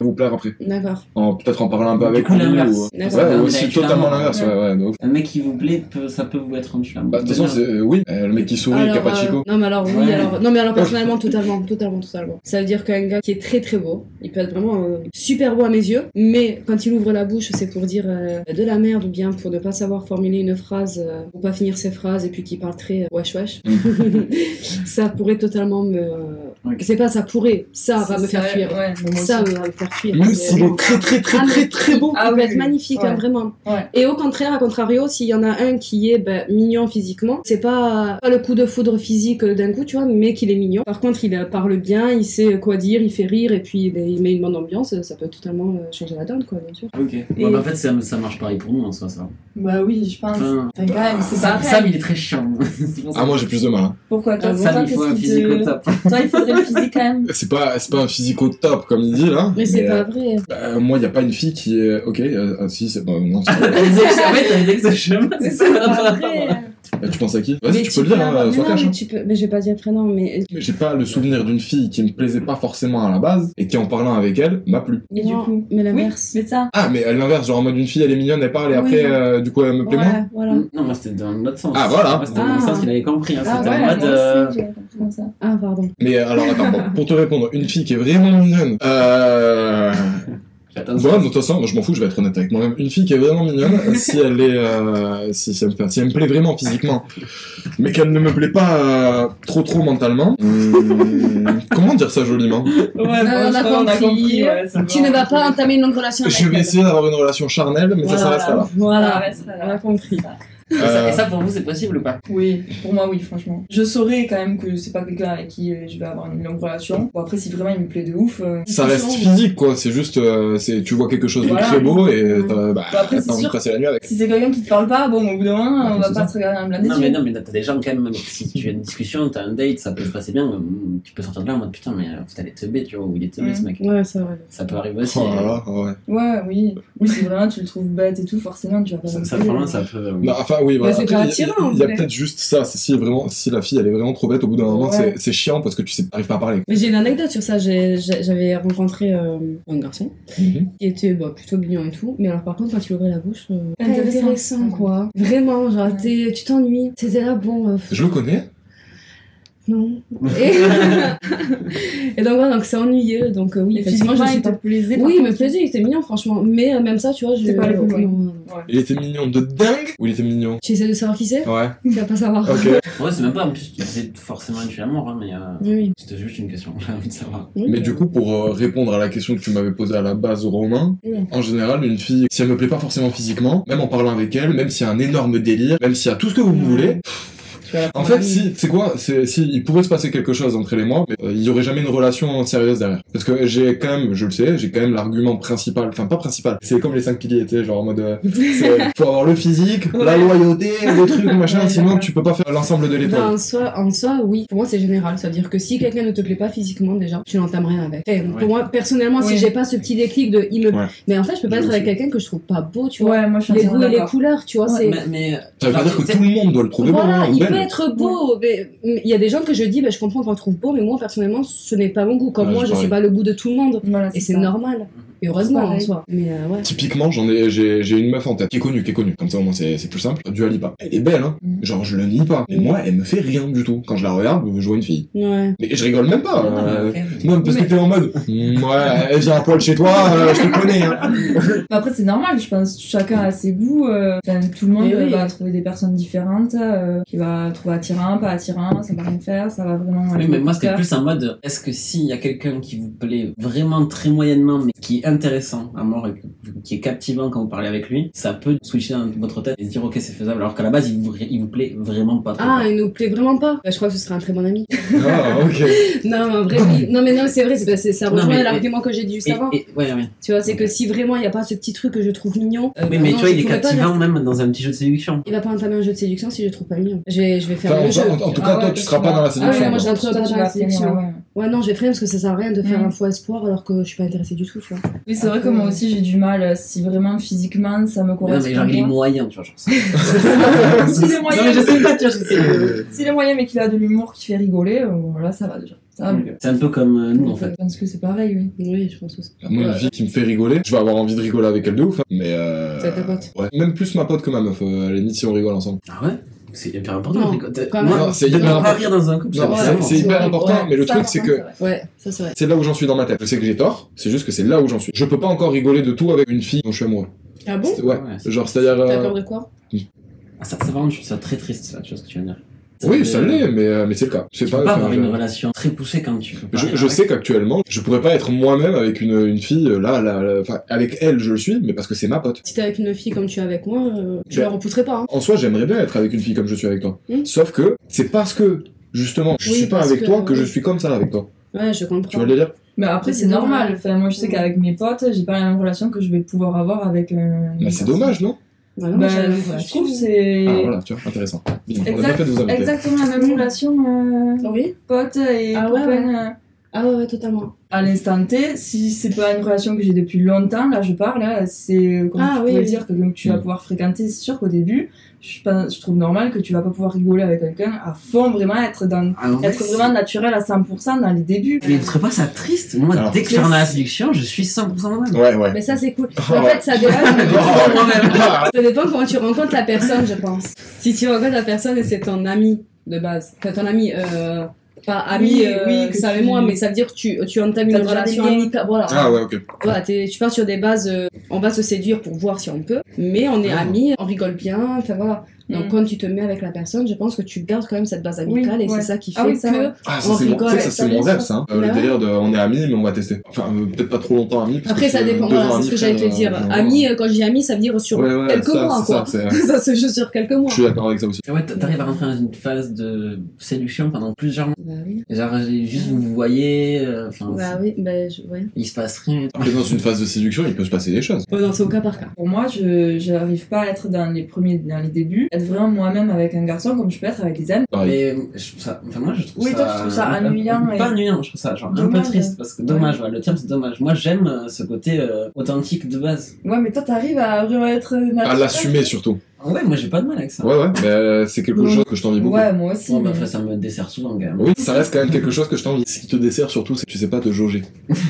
[SPEAKER 1] vous plaire après
[SPEAKER 5] D'accord.
[SPEAKER 1] En- Peut-être en parlant un peu
[SPEAKER 2] Du
[SPEAKER 1] avec
[SPEAKER 2] coup,
[SPEAKER 1] lui
[SPEAKER 2] l'inverse.
[SPEAKER 1] ou... euh,
[SPEAKER 5] D'accord.
[SPEAKER 1] Ouais,
[SPEAKER 2] L'inverse,
[SPEAKER 1] aussi
[SPEAKER 2] avec
[SPEAKER 1] totalement
[SPEAKER 2] l'amour.
[SPEAKER 1] l'inverse. Ouais, ouais. de ouf.
[SPEAKER 2] Un mec qui vous plaît, peut- ça peut vous être un tue l'amour.
[SPEAKER 1] Bah, de toute façon, c'est euh, oui, euh, le mec qui sourit, qui a pas de
[SPEAKER 5] euh,
[SPEAKER 1] chico.
[SPEAKER 5] non mais alors oui
[SPEAKER 2] Ouais.
[SPEAKER 5] alors non mais alors personnellement totalement totalement totalement ça veut dire qu'un gars qui est très très beau il peut être vraiment euh, super beau à mes yeux mais quand il ouvre la bouche c'est pour dire euh, de la merde ou bien pour ne pas savoir formuler une phrase euh, pour pas finir ses phrases et puis qui parle très euh, wesh wesh
[SPEAKER 1] Mm.
[SPEAKER 5] ça pourrait totalement me
[SPEAKER 2] Ouais.
[SPEAKER 5] c'est pas ça pourrait ça va
[SPEAKER 4] C'est
[SPEAKER 5] me faire
[SPEAKER 4] ça,
[SPEAKER 5] fuir
[SPEAKER 4] ouais, moi aussi.
[SPEAKER 5] ça va me faire fuir
[SPEAKER 1] Même
[SPEAKER 5] Mais-
[SPEAKER 1] s'il est très très très
[SPEAKER 5] Ah, mais-
[SPEAKER 1] très très beau.
[SPEAKER 5] Ah,
[SPEAKER 4] Ah
[SPEAKER 5] il peut
[SPEAKER 4] oui,
[SPEAKER 5] être
[SPEAKER 4] oui,
[SPEAKER 5] magnifique,
[SPEAKER 4] ouais.
[SPEAKER 5] hein, vraiment.
[SPEAKER 4] Ouais.
[SPEAKER 5] Et au contraire, à contrario, s'il y en a un qui est ben, mignon physiquement, c'est pas, pas le coup de foudre physique euh, d'un coup, tu vois, mais qu'il est mignon. Par contre, il euh, parle bien, il sait quoi dire, il fait rire, et puis ben, il met une bonne ambiance, ça peut totalement euh, changer la donne, quoi, bien sûr.
[SPEAKER 2] Ok. Ouais, bah, en fait, ça, ça marche pareil pour nous en soi, ça.
[SPEAKER 4] Bah oui, je pense.
[SPEAKER 2] Enfin,
[SPEAKER 4] Enfin, quand même, c'est
[SPEAKER 2] Sam,
[SPEAKER 4] pareil.
[SPEAKER 2] Sam, il est très chiant. C'est pour ça.
[SPEAKER 1] Ah moi j'ai plus de mal. hein.
[SPEAKER 4] Pourquoi toi,
[SPEAKER 5] Ah,
[SPEAKER 4] toi,
[SPEAKER 2] Sam, il faut
[SPEAKER 4] qu'est-ce
[SPEAKER 2] un
[SPEAKER 4] qui
[SPEAKER 2] physique
[SPEAKER 4] te-
[SPEAKER 2] au top.
[SPEAKER 4] Toi, il faudrait le physique quand même.
[SPEAKER 1] C'est pas c'est pas un physico top comme il dit là.
[SPEAKER 5] Mais c'est
[SPEAKER 1] euh,
[SPEAKER 5] pas vrai.
[SPEAKER 1] bah, moi y a pas une fille qui est ok euh, ah, si c'est bah, non. c'est pas vrai.
[SPEAKER 2] T'as dit que ça- ouais, t'as dit que ça chame.
[SPEAKER 4] C'est
[SPEAKER 2] ça,
[SPEAKER 4] pas
[SPEAKER 2] voilà.
[SPEAKER 4] vrai.
[SPEAKER 1] Bah, tu penses à qui
[SPEAKER 5] Mais
[SPEAKER 1] Vas-y tu peux le dire
[SPEAKER 4] euh,
[SPEAKER 1] hein,
[SPEAKER 5] mais
[SPEAKER 1] sois
[SPEAKER 5] non,
[SPEAKER 1] cash.
[SPEAKER 5] mais
[SPEAKER 1] hein.
[SPEAKER 5] tu peux, mais je vais pas dire le prénom, mais.
[SPEAKER 1] Mais J'ai pas le souvenir d'une fille qui me plaisait pas forcément à la base et qui en parlant avec elle m'a plu.
[SPEAKER 4] Et du
[SPEAKER 5] Non,
[SPEAKER 4] coup
[SPEAKER 5] mais la
[SPEAKER 4] Oui,
[SPEAKER 5] mère.
[SPEAKER 4] mais ça.
[SPEAKER 1] Ah mais à l'inverse genre en mode une fille elle est mignonne elle parle et
[SPEAKER 4] Oui.
[SPEAKER 1] après euh, du coup elle me plaît moins.
[SPEAKER 5] Voilà, voilà.
[SPEAKER 4] Hein,
[SPEAKER 2] Non, moi c'était dans l'autre sens.
[SPEAKER 1] Ah, voilà.
[SPEAKER 2] Moi, C'était dans le
[SPEAKER 5] Ah.
[SPEAKER 2] sens qu'il avait compris. hein.
[SPEAKER 4] Ah
[SPEAKER 2] C'était
[SPEAKER 4] ouais,
[SPEAKER 2] en mode.
[SPEAKER 4] moi
[SPEAKER 2] euh,
[SPEAKER 4] aussi, j'ai compris comme ça.
[SPEAKER 5] Ah, pardon.
[SPEAKER 1] Mais euh, alors attends bon, pour te répondre une fille qui est vraiment mignonne. Euh...
[SPEAKER 2] attention.
[SPEAKER 1] Ouais, de toute façon, moi, je m'en fous, je vais être honnête avec moi-même. Une fille qui est vraiment mignonne, euh, si elle est, euh, si, si elle me fait- si elle me plaît vraiment physiquement, mais qu'elle ne me plaît pas euh, trop trop mentalement. hmm, comment dire ça joliment
[SPEAKER 4] Ouais,
[SPEAKER 5] on a compris. Tu ne vas pas entamer une longue relation avec
[SPEAKER 1] Je vais
[SPEAKER 5] elle.
[SPEAKER 1] essayer d'avoir une relation charnelle, mais ça, ça reste là.
[SPEAKER 5] Voilà.
[SPEAKER 4] reste
[SPEAKER 5] On a compris.
[SPEAKER 4] Et
[SPEAKER 1] euh,
[SPEAKER 2] ça- et ça, pour vous, c'est possible ou pas
[SPEAKER 4] Oui, pour moi, oui, franchement. Je saurais quand même que c'est pas quelqu'un avec qui euh, je vais avoir une longue relation. Bon, après, si vraiment il me plaît de ouf. euh,
[SPEAKER 1] Ça reste
[SPEAKER 4] franchement,
[SPEAKER 1] physique, quoi. C'est juste, euh, c'est, tu vois quelque chose de
[SPEAKER 4] Voilà.
[SPEAKER 1] très beau et t'as, bah,
[SPEAKER 4] Bah, après, c'est
[SPEAKER 1] t'as envie de
[SPEAKER 4] sûr.
[SPEAKER 1] passer la nuit avec.
[SPEAKER 4] Si c'est quelqu'un qui te parle pas, bon, au bout d'un moment, on va pas se regarder un blindé.
[SPEAKER 2] Non, mais non, mais t'as des gens quand même, si tu as une discussion, t'as un date, ça peut se passer bien, mais tu peux sortir de là en mode putain, mais euh, putain, elle est teubée, tu vois, ou il est teubé
[SPEAKER 4] Mhm.
[SPEAKER 2] ce mec.
[SPEAKER 5] Ouais, ça va.
[SPEAKER 2] Ça peut arriver aussi.
[SPEAKER 1] Oh là là, ouais.
[SPEAKER 4] Ouais, oui. Oui, si vraiment tu le trouves bête et tout, forcément, tu vas pas.
[SPEAKER 2] Ça,
[SPEAKER 4] non
[SPEAKER 2] ça,
[SPEAKER 4] plus,
[SPEAKER 2] vraiment,
[SPEAKER 4] euh,
[SPEAKER 2] ça peut.
[SPEAKER 1] Bah, enfin, oui,
[SPEAKER 4] Bah,
[SPEAKER 1] voilà.
[SPEAKER 4] c'est
[SPEAKER 1] Après,
[SPEAKER 4] pas
[SPEAKER 1] il y a-
[SPEAKER 4] attirant, en
[SPEAKER 1] Il y a
[SPEAKER 4] vrai.
[SPEAKER 1] peut-être juste ça. C'est si vraiment, si la fille elle est vraiment trop bête, au bout d'un moment,
[SPEAKER 5] Ouais.
[SPEAKER 1] c'est, c'est chiant parce que tu sais t'arrives pas à parler.
[SPEAKER 5] Mais j'ai une anecdote sur ça. J'ai- j'ai- J'avais rencontré euh, un garçon
[SPEAKER 2] Mhm.
[SPEAKER 5] qui était bah, plutôt mignon et tout. Mais alors, par contre, quand tu ouvrais la bouche, euh, pas
[SPEAKER 4] Intéressant.
[SPEAKER 5] intéressant, quoi. Vraiment, genre, t'es- tu t'ennuies. C'était là, bon. euh, pff,
[SPEAKER 1] Je le connais.
[SPEAKER 5] non. Et, et donc, voilà, donc c'est ennuyeux. Donc, euh, oui,
[SPEAKER 4] Et
[SPEAKER 5] effectivement, je
[SPEAKER 4] physiquement,
[SPEAKER 5] suis
[SPEAKER 4] il te
[SPEAKER 5] pas.
[SPEAKER 4] plaisait, par
[SPEAKER 5] Oui, il me
[SPEAKER 4] contre.
[SPEAKER 5] plaisait, il était mignon, franchement. Mais euh, même ça, tu vois, je.
[SPEAKER 4] C'est pas le
[SPEAKER 5] euh,
[SPEAKER 4] coup, ouais.
[SPEAKER 5] non.
[SPEAKER 1] Il était mignon de dingue ou il était mignon
[SPEAKER 5] Tu essaies de savoir qui c'est
[SPEAKER 1] Ouais.
[SPEAKER 5] Tu vas pas savoir.
[SPEAKER 1] Ok.
[SPEAKER 2] Ouais, c'est même pas, en plus, tu sais forcément tu es l'amour, hein, mais euh,
[SPEAKER 5] Oui, oui.
[SPEAKER 2] c'était juste une question, j'ai envie de savoir.
[SPEAKER 5] Oui,
[SPEAKER 1] Mais du coup, pour euh, répondre à la question que tu m'avais posée à la base, Romain,
[SPEAKER 5] Ouais.
[SPEAKER 1] en général, une fille, si elle me plaît pas forcément physiquement, même en parlant avec elle, même s'il y a un énorme délire, même s'il y a tout ce que vous voulez,
[SPEAKER 5] Tu vas la
[SPEAKER 1] en
[SPEAKER 5] prendre.
[SPEAKER 1] fait, si, c'est quoi C'est si il pourrait se passer quelque chose entre elle et moi, mais euh, il y aurait jamais une relation sérieuse derrière. Parce que j'ai quand même, je le sais, j'ai quand même l'argument principal, enfin pas principal. C'est comme les cinq piliers, tu sais, genre en mode, euh, c'est- faut avoir le physique, la
[SPEAKER 5] Ouais.
[SPEAKER 1] loyauté, le truc, machin.
[SPEAKER 5] Ouais,
[SPEAKER 1] sinon,
[SPEAKER 5] d'accord.
[SPEAKER 1] tu peux pas faire l'ensemble de l'étoile.
[SPEAKER 5] Ben, en, soi, en soi, oui. Pour moi, c'est général. C'est-à-dire que si quelqu'un ne te plaît pas physiquement, déjà, tu n'entames rien avec. Enfin,
[SPEAKER 2] Ouais.
[SPEAKER 5] Pour moi, personnellement,
[SPEAKER 4] Ouais.
[SPEAKER 5] si j'ai pas ce petit déclic de il me.
[SPEAKER 1] Ouais.
[SPEAKER 5] Mais en fait, je peux pas
[SPEAKER 1] Je
[SPEAKER 5] être avec
[SPEAKER 1] aussi.
[SPEAKER 5] quelqu'un que je trouve pas beau, tu vois.
[SPEAKER 4] Ouais, moi, je suis
[SPEAKER 5] les
[SPEAKER 4] entièrement
[SPEAKER 5] goûts et les
[SPEAKER 4] d'accord.
[SPEAKER 5] couleurs, tu vois. c'est...
[SPEAKER 2] mais, mais, euh,
[SPEAKER 1] Ça veut pas
[SPEAKER 2] genre,
[SPEAKER 1] dire que
[SPEAKER 2] tu sais-
[SPEAKER 1] tout le monde doit le trouver beau,
[SPEAKER 5] Voilà,
[SPEAKER 1] hein, ou
[SPEAKER 5] il
[SPEAKER 1] belle.
[SPEAKER 5] peut être beau, mais mais il y a des gens que je dis, ben, je comprends qu'on le trouve beau, mais moi personnellement, ce n'est pas mon goût. Comme
[SPEAKER 1] Ouais,
[SPEAKER 5] moi,
[SPEAKER 1] c'est
[SPEAKER 5] je suis
[SPEAKER 1] pareil.
[SPEAKER 5] pas le goût de tout le monde,
[SPEAKER 4] Voilà,
[SPEAKER 5] et c'est
[SPEAKER 4] ça.
[SPEAKER 5] normal. Et heureusement en
[SPEAKER 4] Pareil.
[SPEAKER 5] soi. Mais euh, ouais.
[SPEAKER 1] Typiquement, j'en ai, j'ai, j'ai une meuf en tête qui est connue, qui est connue. Comme ça, au moins, c'est, c'est plus simple. Dua Lipa. Elle est belle, hein.
[SPEAKER 4] Mhm.
[SPEAKER 1] Genre, je le nie pas. Mais
[SPEAKER 5] Mhm.
[SPEAKER 1] moi, elle me fait rien du tout. Quand je la regarde, je vois une fille.
[SPEAKER 5] Ouais.
[SPEAKER 1] Mais je rigole même pas. euh,
[SPEAKER 2] Ouais,
[SPEAKER 1] Moi, parce que
[SPEAKER 5] Mais-
[SPEAKER 1] t'es en mode, Mm, ouais, elle vient à poil chez toi, euh, je te connais. Hein.
[SPEAKER 4] Mais Bah, après, c'est normal, je pense. Chacun a ses goûts. euh, enfin, tout le monde
[SPEAKER 5] Mais oui.
[SPEAKER 4] va trouver des personnes différentes, euh, qui va trouver attirant, pas attirant, ça va rien faire, ça va vraiment.
[SPEAKER 2] Oui, mais moi c'était
[SPEAKER 4] faire.
[SPEAKER 2] plus en mode est-ce que s'il y a quelqu'un qui vous plaît vraiment très moyennement, mais qui est intéressant à mort et que- qui est captivant quand vous parlez avec lui, ça peut switcher dans votre tête et se dire ok, c'est faisable, alors qu'à la base il vous, il vous plaît vraiment pas trop.
[SPEAKER 5] Ah, il nous plaît vraiment pas. Ben, je crois que ce serait un très bon ami.
[SPEAKER 1] Ah, ok.
[SPEAKER 5] non, mais en vrai, oui. non, mais non, c'est vrai, c'est, c'est- ça
[SPEAKER 2] Non,
[SPEAKER 5] rejoint
[SPEAKER 2] mais-
[SPEAKER 5] l'argument que j'ai dit juste
[SPEAKER 2] Et-
[SPEAKER 5] avant.
[SPEAKER 2] et- ouais, ouais.
[SPEAKER 5] Tu vois, c'est que si vraiment il n'y a pas ce petit truc que je trouve mignon, euh,
[SPEAKER 2] Oui,
[SPEAKER 5] bah
[SPEAKER 2] mais
[SPEAKER 5] non,
[SPEAKER 2] tu vois,
[SPEAKER 5] je
[SPEAKER 2] il est
[SPEAKER 5] pourrais pas
[SPEAKER 2] captivant
[SPEAKER 5] faire-
[SPEAKER 2] même dans un petit jeu de séduction.
[SPEAKER 5] Il va pas entamer un jeu de séduction si je le trouve pas mignon. Je vais, je vais faire
[SPEAKER 1] Enfin,
[SPEAKER 5] le
[SPEAKER 1] en,
[SPEAKER 5] jeu.
[SPEAKER 1] en- en tout cas,
[SPEAKER 4] Ah
[SPEAKER 1] toi,
[SPEAKER 4] ouais,
[SPEAKER 1] tu
[SPEAKER 4] parce
[SPEAKER 1] seras
[SPEAKER 4] que
[SPEAKER 1] pas
[SPEAKER 4] moi-
[SPEAKER 1] dans la
[SPEAKER 4] Ah
[SPEAKER 5] ouais,
[SPEAKER 1] séduction.
[SPEAKER 5] moi, je
[SPEAKER 1] quoi.
[SPEAKER 5] rentrerai
[SPEAKER 4] Toi,
[SPEAKER 5] pas
[SPEAKER 4] tu
[SPEAKER 5] dans la
[SPEAKER 4] vas finir,
[SPEAKER 5] séduction.
[SPEAKER 4] ouais.
[SPEAKER 5] Ouais, non, je vais freiner parce que ça sert à rien de faire
[SPEAKER 4] Mm.
[SPEAKER 5] un faux espoir alors que je suis pas intéressée du tout, tu vois.
[SPEAKER 4] Oui, c'est vrai que moi aussi, j'ai du mal. euh, Si vraiment physiquement, ça me
[SPEAKER 2] Non, mais genre il est
[SPEAKER 4] correspond.
[SPEAKER 2] moyen, tu vois. Genre, ça- non,
[SPEAKER 4] pas. Si les
[SPEAKER 2] mais je
[SPEAKER 4] moyens,
[SPEAKER 2] sais pas, tu vois, je sais. euh,
[SPEAKER 4] si les moyens, mais qu'il a de l'humour qui fait rigoler, euh, voilà, ça va déjà. Ça
[SPEAKER 5] Ah,
[SPEAKER 4] va mieux.
[SPEAKER 2] C'est un peu comme euh, nous en fait.
[SPEAKER 4] Je pense que c'est pareil, oui.
[SPEAKER 5] Oui, je pense aussi.
[SPEAKER 1] Moi, une fille qui me fait rigoler, je vais avoir envie de rigoler avec elle de ouf. hein. Mais euh...
[SPEAKER 5] C'est ta pote.
[SPEAKER 1] Ouais. Même plus ma pote que ma meuf, euh, à la limite, si on rigole ensemble.
[SPEAKER 2] Ah ouais C'est hyper important.
[SPEAKER 5] Non,
[SPEAKER 2] de rigoler.
[SPEAKER 5] quand
[SPEAKER 2] Moi,
[SPEAKER 5] même.
[SPEAKER 1] Non, c'est
[SPEAKER 2] de
[SPEAKER 1] hyper
[SPEAKER 2] ne pas
[SPEAKER 1] important.
[SPEAKER 2] rire dans un couple,
[SPEAKER 1] Non,
[SPEAKER 2] c'est hein.
[SPEAKER 1] c'est-
[SPEAKER 2] vraiment-
[SPEAKER 1] c'est hyper important,
[SPEAKER 5] Ouais.
[SPEAKER 1] mais le
[SPEAKER 4] Ça,
[SPEAKER 1] truc,
[SPEAKER 4] hein. par
[SPEAKER 1] c'est
[SPEAKER 4] contre,
[SPEAKER 1] que
[SPEAKER 5] Ouais, ça c'est vrai.
[SPEAKER 1] C'est là où j'en suis dans ma tête. Je sais que j'ai tort, c'est juste que c'est là où j'en suis. Je peux pas encore rigoler de tout avec une fille dont je suis amoureux.
[SPEAKER 5] Ah bon
[SPEAKER 1] C'est- ouais.
[SPEAKER 2] Ouais, c'est-
[SPEAKER 1] Genre, c'est-à-dire.
[SPEAKER 5] T'as
[SPEAKER 1] euh,
[SPEAKER 5] peur de quoi
[SPEAKER 2] Ah, Ça, ça, vraiment, je trouve ça très triste, là, tu vois ce que tu veux dire.
[SPEAKER 1] Oui, ça
[SPEAKER 2] fait-
[SPEAKER 1] l'est, mais, euh, mais c'est le cas.
[SPEAKER 2] Tu
[SPEAKER 1] C'est
[SPEAKER 2] peux pas
[SPEAKER 1] enfin,
[SPEAKER 2] avoir
[SPEAKER 1] je-
[SPEAKER 2] une relation très poussée quand tu peux pas
[SPEAKER 5] Bah,
[SPEAKER 1] Je,
[SPEAKER 2] aller
[SPEAKER 1] je
[SPEAKER 2] avec.
[SPEAKER 1] sais qu'actuellement, je pourrais pas être moi-même avec une, une fille, euh, là, là, là, enfin, avec elle, je le suis, mais parce que c'est ma pote.
[SPEAKER 5] Si t'es avec une fille comme tu es avec moi, euh, je
[SPEAKER 1] Ben-
[SPEAKER 5] la repousserai pas. hein.
[SPEAKER 1] En soi, j'aimerais bien être avec une fille comme je suis avec toi.
[SPEAKER 5] Hmm.
[SPEAKER 1] Sauf que c'est parce que, justement, je
[SPEAKER 5] Oui,
[SPEAKER 1] suis pas
[SPEAKER 5] parce
[SPEAKER 1] avec
[SPEAKER 5] que-
[SPEAKER 1] toi que je suis comme ça avec toi.
[SPEAKER 5] Ouais, je comprends.
[SPEAKER 1] Tu vois le délire
[SPEAKER 4] Mais après, c'est
[SPEAKER 5] C'est
[SPEAKER 4] normal.
[SPEAKER 5] normal.
[SPEAKER 4] Enfin, moi, je sais
[SPEAKER 5] Ouais.
[SPEAKER 4] qu'avec mes potes, j'ai pas la même relation que je vais pouvoir avoir avec. euh,
[SPEAKER 1] Mais c'est dommage, non
[SPEAKER 5] Ouais, non,
[SPEAKER 4] Bah,
[SPEAKER 5] j'ai la même
[SPEAKER 4] je
[SPEAKER 5] relation.
[SPEAKER 4] trouve que c'est.
[SPEAKER 5] Hmm.
[SPEAKER 1] Ah voilà, tu vois, intéressant. Bien, On a bien
[SPEAKER 4] Exact-
[SPEAKER 1] fait de vous inviter.
[SPEAKER 4] exactement la même relation euh,
[SPEAKER 5] Oui
[SPEAKER 4] pote et
[SPEAKER 5] Ah ouais,
[SPEAKER 4] copain.
[SPEAKER 5] ouais.
[SPEAKER 4] euh.
[SPEAKER 5] Ah ouais, ouais, totalement.
[SPEAKER 4] À l'instant T, si c'est pas une relation que j'ai depuis longtemps, là je parle, là, c'est euh, comme
[SPEAKER 5] Ah
[SPEAKER 4] tu
[SPEAKER 5] oui,
[SPEAKER 4] pouvais
[SPEAKER 5] oui.
[SPEAKER 4] dire que donc, tu vas
[SPEAKER 1] Mm.
[SPEAKER 4] pouvoir fréquenter, c'est sûr qu'au début, je, pense- je trouve normal que tu vas pas pouvoir rigoler avec quelqu'un à fond, vraiment être dans
[SPEAKER 2] Ah, en vrai,
[SPEAKER 4] être
[SPEAKER 2] c'est-
[SPEAKER 4] vraiment naturel à 100% dans les débuts.
[SPEAKER 2] Mais vous trouvez pas ça triste Moi,
[SPEAKER 1] Alors,
[SPEAKER 2] dès que je
[SPEAKER 1] c'est-
[SPEAKER 2] suis dans la séduction, je suis 100% moi-même.
[SPEAKER 1] Ouais, ouais.
[SPEAKER 5] Mais ça c'est cool.
[SPEAKER 1] Ah
[SPEAKER 5] en
[SPEAKER 1] ouais.
[SPEAKER 5] fait, ça dépend.
[SPEAKER 1] Ah,
[SPEAKER 5] Ça
[SPEAKER 1] ouais.
[SPEAKER 5] dépend comment tu rencontres la personne, je pense. Si tu rencontres la personne et c'est ton ami de base, enfin ton ami, euh, pas ami,
[SPEAKER 4] Oui,
[SPEAKER 5] euh,
[SPEAKER 4] oui, que
[SPEAKER 5] ça
[SPEAKER 4] tu-
[SPEAKER 5] et moi, mais ça veut dire que tu, tu entames une
[SPEAKER 4] T'as déjà
[SPEAKER 5] relation
[SPEAKER 4] des liens.
[SPEAKER 5] amicale. Voilà.
[SPEAKER 1] Ah ouais, ok.
[SPEAKER 5] Voilà, t'es- tu pars sur des bases, euh, on va se séduire pour voir si on peut, mais on est
[SPEAKER 1] Ah.
[SPEAKER 5] amis, on rigole bien, enfin voilà. Donc
[SPEAKER 4] Mm.
[SPEAKER 5] quand tu te mets avec la personne, je pense que tu gardes quand même cette base amicale et
[SPEAKER 4] ouais.
[SPEAKER 5] c'est ça qui fait
[SPEAKER 4] Ah oui,
[SPEAKER 5] ça.
[SPEAKER 4] que-
[SPEAKER 1] Ah,
[SPEAKER 5] on
[SPEAKER 1] ça, c'est mon,
[SPEAKER 5] rigole,
[SPEAKER 1] tu sais que ça, c'est mon
[SPEAKER 5] bien
[SPEAKER 1] rêve,
[SPEAKER 5] sûr.
[SPEAKER 1] ça. hein. Euh,
[SPEAKER 5] Bah
[SPEAKER 1] le
[SPEAKER 5] ouais.
[SPEAKER 1] délire de on est amis, mais on va tester. Enfin, euh, peut-être pas trop longtemps amis. parce
[SPEAKER 5] Après,
[SPEAKER 1] que,
[SPEAKER 5] ça
[SPEAKER 1] euh,
[SPEAKER 5] dépend,
[SPEAKER 1] deux
[SPEAKER 5] voilà, c'est
[SPEAKER 1] ans
[SPEAKER 5] ce
[SPEAKER 1] amis,
[SPEAKER 5] que j'allais te
[SPEAKER 1] frère,
[SPEAKER 5] dire.
[SPEAKER 1] euh,
[SPEAKER 5] Ami, euh, quand je dis ami, ça veut dire sur
[SPEAKER 1] Ouais, ouais,
[SPEAKER 5] quelques
[SPEAKER 1] ça,
[SPEAKER 5] mois,
[SPEAKER 1] c'est
[SPEAKER 5] quoi.
[SPEAKER 1] ça, c'est-
[SPEAKER 5] Ça se joue sur quelques mois.
[SPEAKER 1] Je suis d'accord avec ça aussi.
[SPEAKER 2] Et Ouais, t- t'arrives à rentrer dans une phase de séduction pendant plusieurs mois.
[SPEAKER 5] Bah oui.
[SPEAKER 2] Genre, juste vous vous voyez, euh, enfin,
[SPEAKER 5] Bah oui, bah je- ouais.
[SPEAKER 2] il se passe rien.
[SPEAKER 1] Après, dans une phase de séduction, il peut se passer des choses.
[SPEAKER 5] Bon, non, c'est au cas par cas.
[SPEAKER 4] Pour moi, je j'arrive pas à être dans les premiers, dans les débuts, être vraiment moi-même avec un garçon comme je peux être avec les amis.
[SPEAKER 1] Pareil.
[SPEAKER 2] Mais euh, je trouve ça, enfin moi je trouve
[SPEAKER 4] Oui,
[SPEAKER 2] ça.
[SPEAKER 4] toi, tu trouves ça
[SPEAKER 2] un-
[SPEAKER 4] ennuyant
[SPEAKER 2] Pas
[SPEAKER 4] et-
[SPEAKER 2] ennuyant, je trouve ça genre un
[SPEAKER 4] Dommage.
[SPEAKER 2] peu triste parce que dommage, voilà, le terme c'est dommage. Moi j'aime euh, ce côté euh, authentique de base.
[SPEAKER 4] Ouais, mais toi, t'arrives à vraiment être.
[SPEAKER 1] À
[SPEAKER 5] euh,
[SPEAKER 1] l'assumer surtout.
[SPEAKER 2] Ouais, moi j'ai pas de mal avec ça.
[SPEAKER 1] Ouais, ouais, mais euh, c'est quelque
[SPEAKER 4] Ouais.
[SPEAKER 1] chose que je t'envie beaucoup.
[SPEAKER 4] Ouais, moi aussi.
[SPEAKER 2] Bon, bah,
[SPEAKER 4] mais-
[SPEAKER 2] après, ça me dessert souvent quand même.
[SPEAKER 1] Oui, ça reste quand même quelque chose que je t'envie. Ce qui te dessert surtout, c'est que tu sais pas te jauger